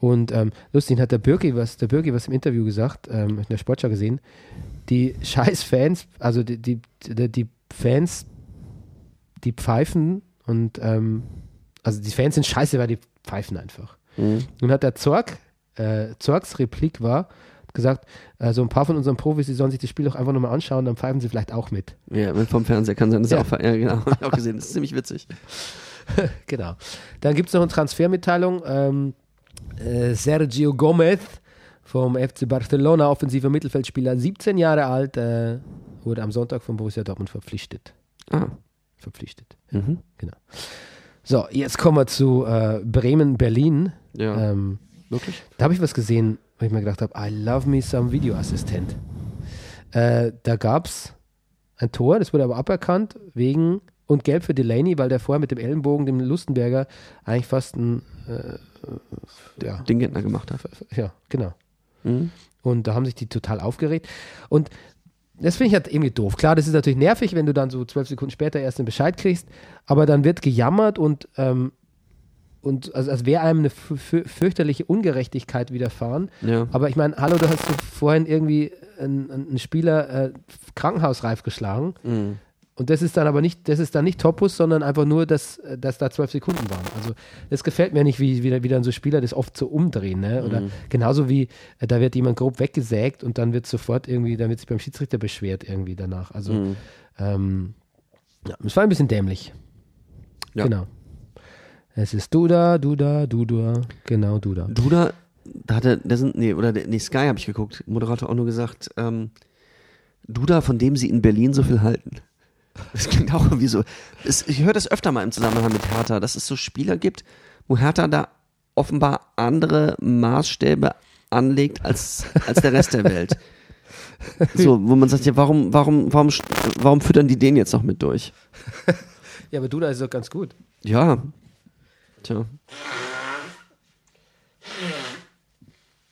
Speaker 1: Und ähm, lustig hat der Birki was, der Birki was im Interview gesagt, ähm, in der Sportschau gesehen. Die scheiß Fans, also die, die, die die Fans die pfeifen und ähm, also die Fans sind scheiße, weil die pfeifen einfach. Nun hat der Zorg, äh, Zorgs Replik war, hat gesagt, also ein paar von unseren Profis, die sollen sich das Spiel doch einfach nochmal anschauen, dann pfeifen sie vielleicht auch mit.
Speaker 2: Ja, wenn vom Fernseher kann sein, das ist
Speaker 1: Ja.
Speaker 2: auch, ver- ja, genau, hab ich auch gesehen, das ist ziemlich witzig.
Speaker 1: Genau. Dann gibt es noch eine Transfermitteilung. Ähm, äh, Sergio Gomez vom FC Barcelona, offensiver Mittelfeldspieler, 17 Jahre alt, äh, wurde am Sonntag von Borussia Dortmund verpflichtet.
Speaker 2: Ah,
Speaker 1: Verpflichtet.
Speaker 2: mhm.
Speaker 1: Genau. So, jetzt kommen wir zu äh, Bremen-Berlin.
Speaker 2: ja,
Speaker 1: Ähm,
Speaker 2: wirklich?
Speaker 1: da habe ich was gesehen, wo ich mir gedacht habe, I love me some Videoassistent. Äh, da gab es ein Tor, das wurde aber aberkannt wegen und gelb für Delaney, weil der vorher mit dem Ellenbogen dem Lustenberger eigentlich fast ein äh, ja,
Speaker 2: Den Gentner gemacht hat.
Speaker 1: ja, genau.
Speaker 2: Mhm.
Speaker 1: Und da haben sich die total aufgeregt. Und das finde ich halt irgendwie doof. Klar, das ist natürlich nervig, wenn du dann so zwölf Sekunden später erst den Bescheid kriegst, aber dann wird gejammert und, ähm, und also als wäre einem eine fü- fü- fürchterliche Ungerechtigkeit widerfahren.
Speaker 2: Ja.
Speaker 1: Aber ich meine, hallo, du hast vorhin irgendwie einen, einen Spieler äh, krankenhausreif geschlagen.
Speaker 2: Mhm.
Speaker 1: Und das ist dann aber nicht, das ist dann nicht Topus, sondern einfach nur, dass, dass da zwölf Sekunden waren. Also das gefällt mir nicht, wie, wie, wie dann so Spieler das oft so umdrehen. Ne? Oder
Speaker 2: Mhm.
Speaker 1: genauso wie, äh, da wird jemand grob weggesägt und dann wird sofort irgendwie, dann wird sich beim Schiedsrichter beschwert irgendwie danach. Also
Speaker 2: Mhm.
Speaker 1: ähm, ja, es war ein bisschen dämlich.
Speaker 2: Ja.
Speaker 1: Genau. Es ist Duda, Duda, Duda, genau Duda.
Speaker 2: Duda, da hat er, der sind, nee, oder der, nee, Sky habe ich geguckt, Moderator auch nur gesagt, ähm, Duda, von dem sie in Berlin so viel halten. Das klingt auch irgendwie so. Es, ich höre das öfter mal im Zusammenhang mit Hertha, dass es so Spieler gibt, wo Hertha da offenbar andere Maßstäbe anlegt als, als der Rest der Welt. So, wo man sagt, ja, warum, warum, warum, st- warum füttern die den jetzt noch mit durch?
Speaker 1: Ja, aber Duda ist doch ganz gut.
Speaker 2: Ja. Tja.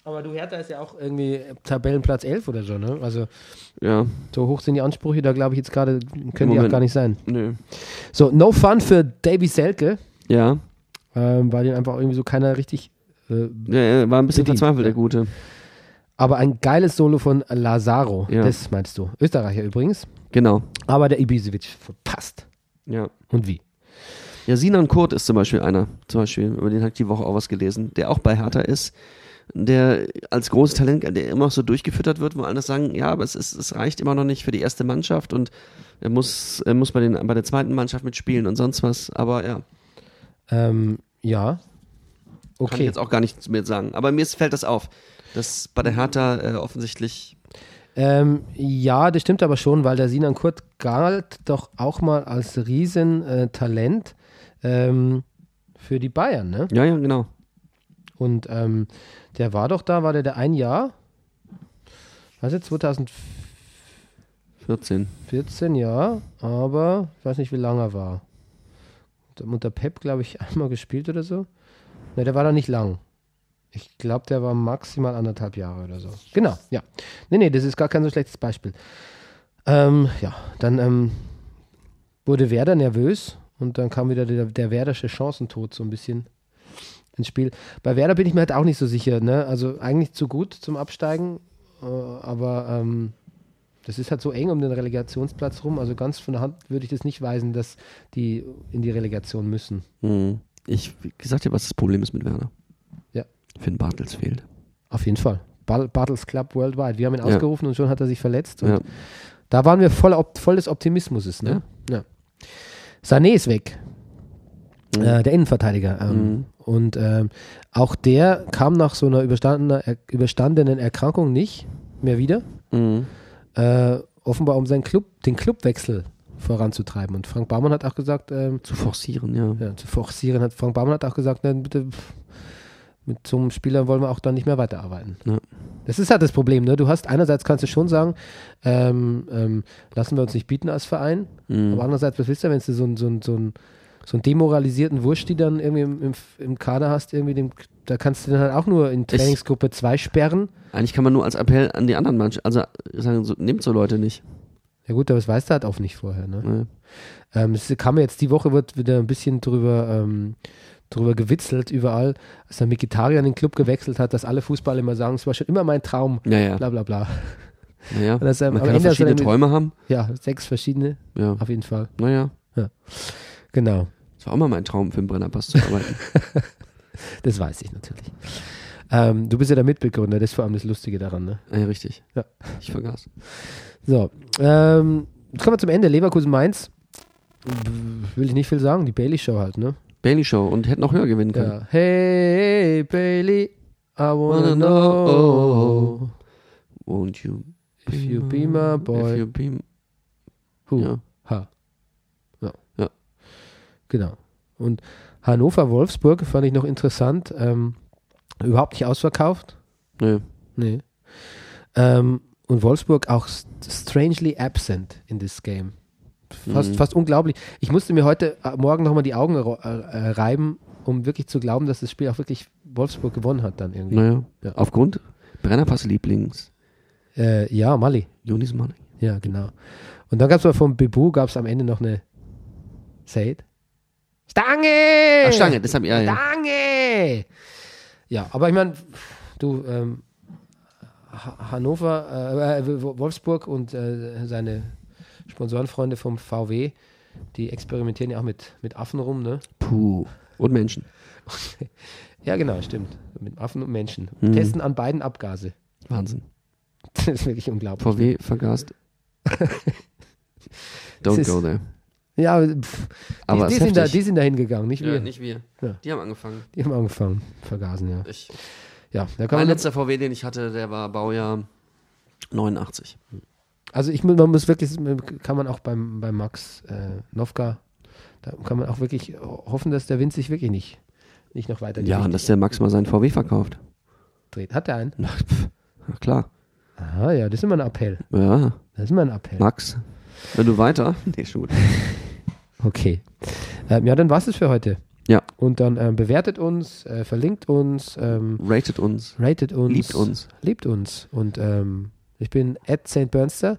Speaker 1: Aber du Hertha ist ja auch irgendwie Tabellenplatz 11 oder so, ne? Also
Speaker 2: Ja.
Speaker 1: so hoch sind die Ansprüche, da glaube ich jetzt gerade, können die auch
Speaker 2: Moment.
Speaker 1: gar nicht sein.
Speaker 2: Nö.
Speaker 1: So, no fun für Davy Selke,
Speaker 2: Ja.
Speaker 1: ähm, weil den einfach irgendwie so keiner richtig. Äh,
Speaker 2: ja. ja, War ein bisschen
Speaker 1: Bedient,
Speaker 2: verzweifelt, der
Speaker 1: ja.
Speaker 2: Gute.
Speaker 1: aber ein geiles Solo von Lazaro,
Speaker 2: Ja.
Speaker 1: das meinst du. Österreicher übrigens.
Speaker 2: Genau.
Speaker 1: Aber der Ibisevic verpasst.
Speaker 2: Ja.
Speaker 1: Und wie?
Speaker 2: Ja, Sinan Kurt ist zum Beispiel einer, zum Beispiel, über den habe ich die Woche auch was gelesen, der auch bei Hertha ist, der als großes Talent, der immer noch so durchgefüttert wird, wo alle sagen, ja, aber es, ist, es reicht immer noch nicht für die erste Mannschaft und er muss, er muss bei, den, bei der zweiten Mannschaft mitspielen und sonst was, aber ja,
Speaker 1: Ähm, ja.
Speaker 2: kann ich
Speaker 1: Okay.
Speaker 2: jetzt auch gar nichts mehr sagen. Aber mir ist- fällt das auf, dass bei der Hertha äh, offensichtlich,
Speaker 1: Ähm, ja, das stimmt aber schon, weil der Sinan Kurt galt doch auch mal als Riesentalent ähm, für die Bayern, ne?
Speaker 2: ja, ja, genau,
Speaker 1: Und ähm, der war doch da, war der, der ein Jahr? Also 2004.
Speaker 2: 14.
Speaker 1: 14, ja, aber ich weiß nicht, wie lange er war. Unter Pep, glaube ich, einmal gespielt oder so. Ne, der war da nicht lang. Ich glaube, der war maximal anderthalb Jahre oder so. Genau, ja. Nee, nee, das ist gar kein so schlechtes Beispiel. Ähm, ja, dann ähm, wurde Werder nervös und dann kam wieder der, der Werdersche Chancentod so ein bisschen ins Spiel. Bei Werder bin ich mir halt auch nicht so sicher, ne? Also eigentlich zu gut zum Absteigen, äh, aber ähm, das ist halt so eng um den Relegationsplatz rum. Also ganz von der Hand würde ich das nicht weisen, dass die in die Relegation müssen.
Speaker 2: Hm. Ich gesagt dir, was das Problem ist mit Werner.
Speaker 1: Ja.
Speaker 2: Finn Bartels fehlt.
Speaker 1: Auf jeden Fall. Bar- Bartels Club Worldwide. Wir haben ihn
Speaker 2: Ja.
Speaker 1: ausgerufen und schon hat er sich verletzt. Und
Speaker 2: Ja.
Speaker 1: Da waren wir voll, op voll des Optimismus. Ne? Ja. Sané ist weg.
Speaker 2: Mhm.
Speaker 1: Äh, der Innenverteidiger. Ähm, Und ähm, auch der kam nach so einer überstandener, er, überstandenen Erkrankung nicht mehr wieder.
Speaker 2: Mhm.
Speaker 1: Äh, offenbar um seinen Club, den Clubwechsel voranzutreiben. Und Frank Baumann hat auch gesagt, ähm,
Speaker 2: Zu forcieren, ja.
Speaker 1: ja, zu forcieren hat Frank Baumann hat auch gesagt, nein, bitte pff, mit so einem Spieler wollen wir auch dann nicht mehr weiterarbeiten.
Speaker 2: Ja.
Speaker 1: Das ist halt das Problem, ne? Du hast einerseits kannst du schon sagen, ähm, ähm, lassen wir uns nicht bieten als Verein, aber andererseits, was willst du, wenn du so einen so ein- so ein, so ein demoralisierten Wurscht, die dann irgendwie im, im, im Kader hast, irgendwie dem, da kannst du den halt auch nur in Trainingsgruppe 2 sperren.
Speaker 2: Eigentlich kann man nur als Appell an die anderen Mannschaften, also sagen, so, nehmt so Leute nicht.
Speaker 1: Ja gut, aber das weißt du halt auch nicht vorher, ne?
Speaker 2: Ne?
Speaker 1: Ähm, es kam jetzt die Woche wird wieder ein bisschen drüber, ähm, drüber gewitzelt überall, als der Mikitarian den Club gewechselt hat, dass alle Fußballer immer sagen, es war schon immer mein Traum,
Speaker 2: Naja,
Speaker 1: bla bla bla.
Speaker 2: naja.
Speaker 1: Das, ähm,
Speaker 2: man
Speaker 1: am
Speaker 2: kann
Speaker 1: Ende hast
Speaker 2: ja
Speaker 1: du
Speaker 2: verschiedene
Speaker 1: dann-
Speaker 2: Träume haben.
Speaker 1: Ja, sechs verschiedene,
Speaker 2: Ja,
Speaker 1: auf jeden Fall.
Speaker 2: naja.
Speaker 1: Genau,
Speaker 2: Das war auch mal mein Traum, für den Brennerpass zu arbeiten.
Speaker 1: das weiß ich natürlich. Ähm, du bist ja der Mitbegründer, das ist vor allem das Lustige daran. Ne?
Speaker 2: ja, richtig.
Speaker 1: Ja.
Speaker 2: Ich vergaß.
Speaker 1: So, ähm, jetzt kommen wir zum Ende. Leverkusen Mainz. W- Will ich nicht viel sagen, die Bailey Show halt, ne?
Speaker 2: Bailey Show und hätte noch höher gewinnen können.
Speaker 1: Ja. Hey, Bailey, I wanna
Speaker 2: Wanna
Speaker 1: know
Speaker 2: know Won't you
Speaker 1: if you be my
Speaker 2: If
Speaker 1: boy.
Speaker 2: you be,
Speaker 1: Who?
Speaker 2: ja.
Speaker 1: Ha. Ja.
Speaker 2: Ja.
Speaker 1: Genau. Und Hannover-Wolfsburg fand ich noch interessant. Ähm, überhaupt nicht ausverkauft.
Speaker 2: Nö.
Speaker 1: Nee. Ähm, und Wolfsburg auch st- strangely absent in this game. Fast, fast unglaublich. Ich musste mir heute äh, Morgen nochmal die Augen ro- äh, reiben, um wirklich zu glauben, dass das Spiel auch wirklich Wolfsburg gewonnen hat dann irgendwie.
Speaker 2: Naja.
Speaker 1: Ja.
Speaker 2: Aufgrund Brennerpass-Lieblings.
Speaker 1: Äh, ja, Mali.
Speaker 2: Jonis Mann.
Speaker 1: Ja, genau. Und dann gab es mal vom Bibu gab es am Ende noch eine Said. Stange!
Speaker 2: Ah, Stange, das hab ich, ja, ja.
Speaker 1: Stange! Ja, aber ich meine, du, ähm, Ha- Hannover, äh, äh, Wolfsburg und äh, seine Sponsorenfreunde vom VW, die experimentieren ja auch mit, mit Affen rum, ne?
Speaker 2: Puh. Und Menschen.
Speaker 1: Ja, genau, stimmt. Mit Affen und Menschen.
Speaker 2: Mhm.
Speaker 1: Testen an beiden Abgase.
Speaker 2: Wahnsinn.
Speaker 1: Das ist wirklich unglaublich.
Speaker 2: VW vergast.
Speaker 1: Das
Speaker 2: Don't
Speaker 1: ist-
Speaker 2: go there.
Speaker 1: Ja, pff,
Speaker 2: Aber
Speaker 1: die,
Speaker 2: es
Speaker 1: die,
Speaker 2: ist
Speaker 1: sind da,
Speaker 2: heftig.
Speaker 1: die sind da hingegangen, nicht wir.
Speaker 2: nicht wir.
Speaker 1: Ja.
Speaker 2: Die haben angefangen.
Speaker 1: Die haben angefangen, vergasen, ja.
Speaker 2: Ich,
Speaker 1: Ja, da kann
Speaker 2: mein
Speaker 1: man
Speaker 2: letzter VW, den ich hatte, der war Baujahr 89.
Speaker 1: Also ich mu- man muss wirklich, kann man auch beim, beim Max äh, Novka, da kann man auch wirklich ho- hoffen, dass der Wind sich wirklich nicht, nicht noch weiter
Speaker 2: Ja, und dass der Max mal seinen VW verkauft.
Speaker 1: dreht. Hat er einen?
Speaker 2: Na, pf, na klar.
Speaker 1: Aha, ja, das ist immer ein Appell.
Speaker 2: Ja,
Speaker 1: Das ist immer ein Appell.
Speaker 2: Max, wenn du weiter. Nee, schon gut.
Speaker 1: Okay. Ähm, ja, dann war's es für heute.
Speaker 2: Ja.
Speaker 1: Und dann ähm, bewertet uns, äh, verlinkt uns, ähm,
Speaker 2: Rated uns.
Speaker 1: ratet uns.
Speaker 2: Liebt uns.
Speaker 1: Liebt uns. Und ähm, ich bin at St. Bernster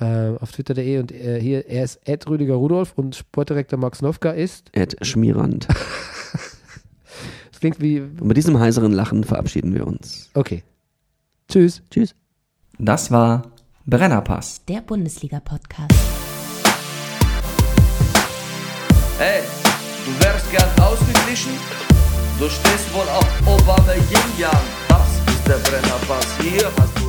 Speaker 1: äh, auf twitter.de und äh, hier, er ist at Rüdiger Rudolf und Sportdirektor Max Novka ist,
Speaker 2: Ed Schmierand.
Speaker 1: es klingt wie,
Speaker 2: Und mit diesem heiseren Lachen verabschieden wir uns.
Speaker 1: okay. Tschüss.
Speaker 2: Tschüss.
Speaker 3: Das war Brennerpass.
Speaker 4: Der Bundesliga-Podcast.
Speaker 5: Ey, du wärst gern ausgeglichen? Du stehst wohl auf Obama Yin Yang. Das ist der Brennerpass. Hier hast du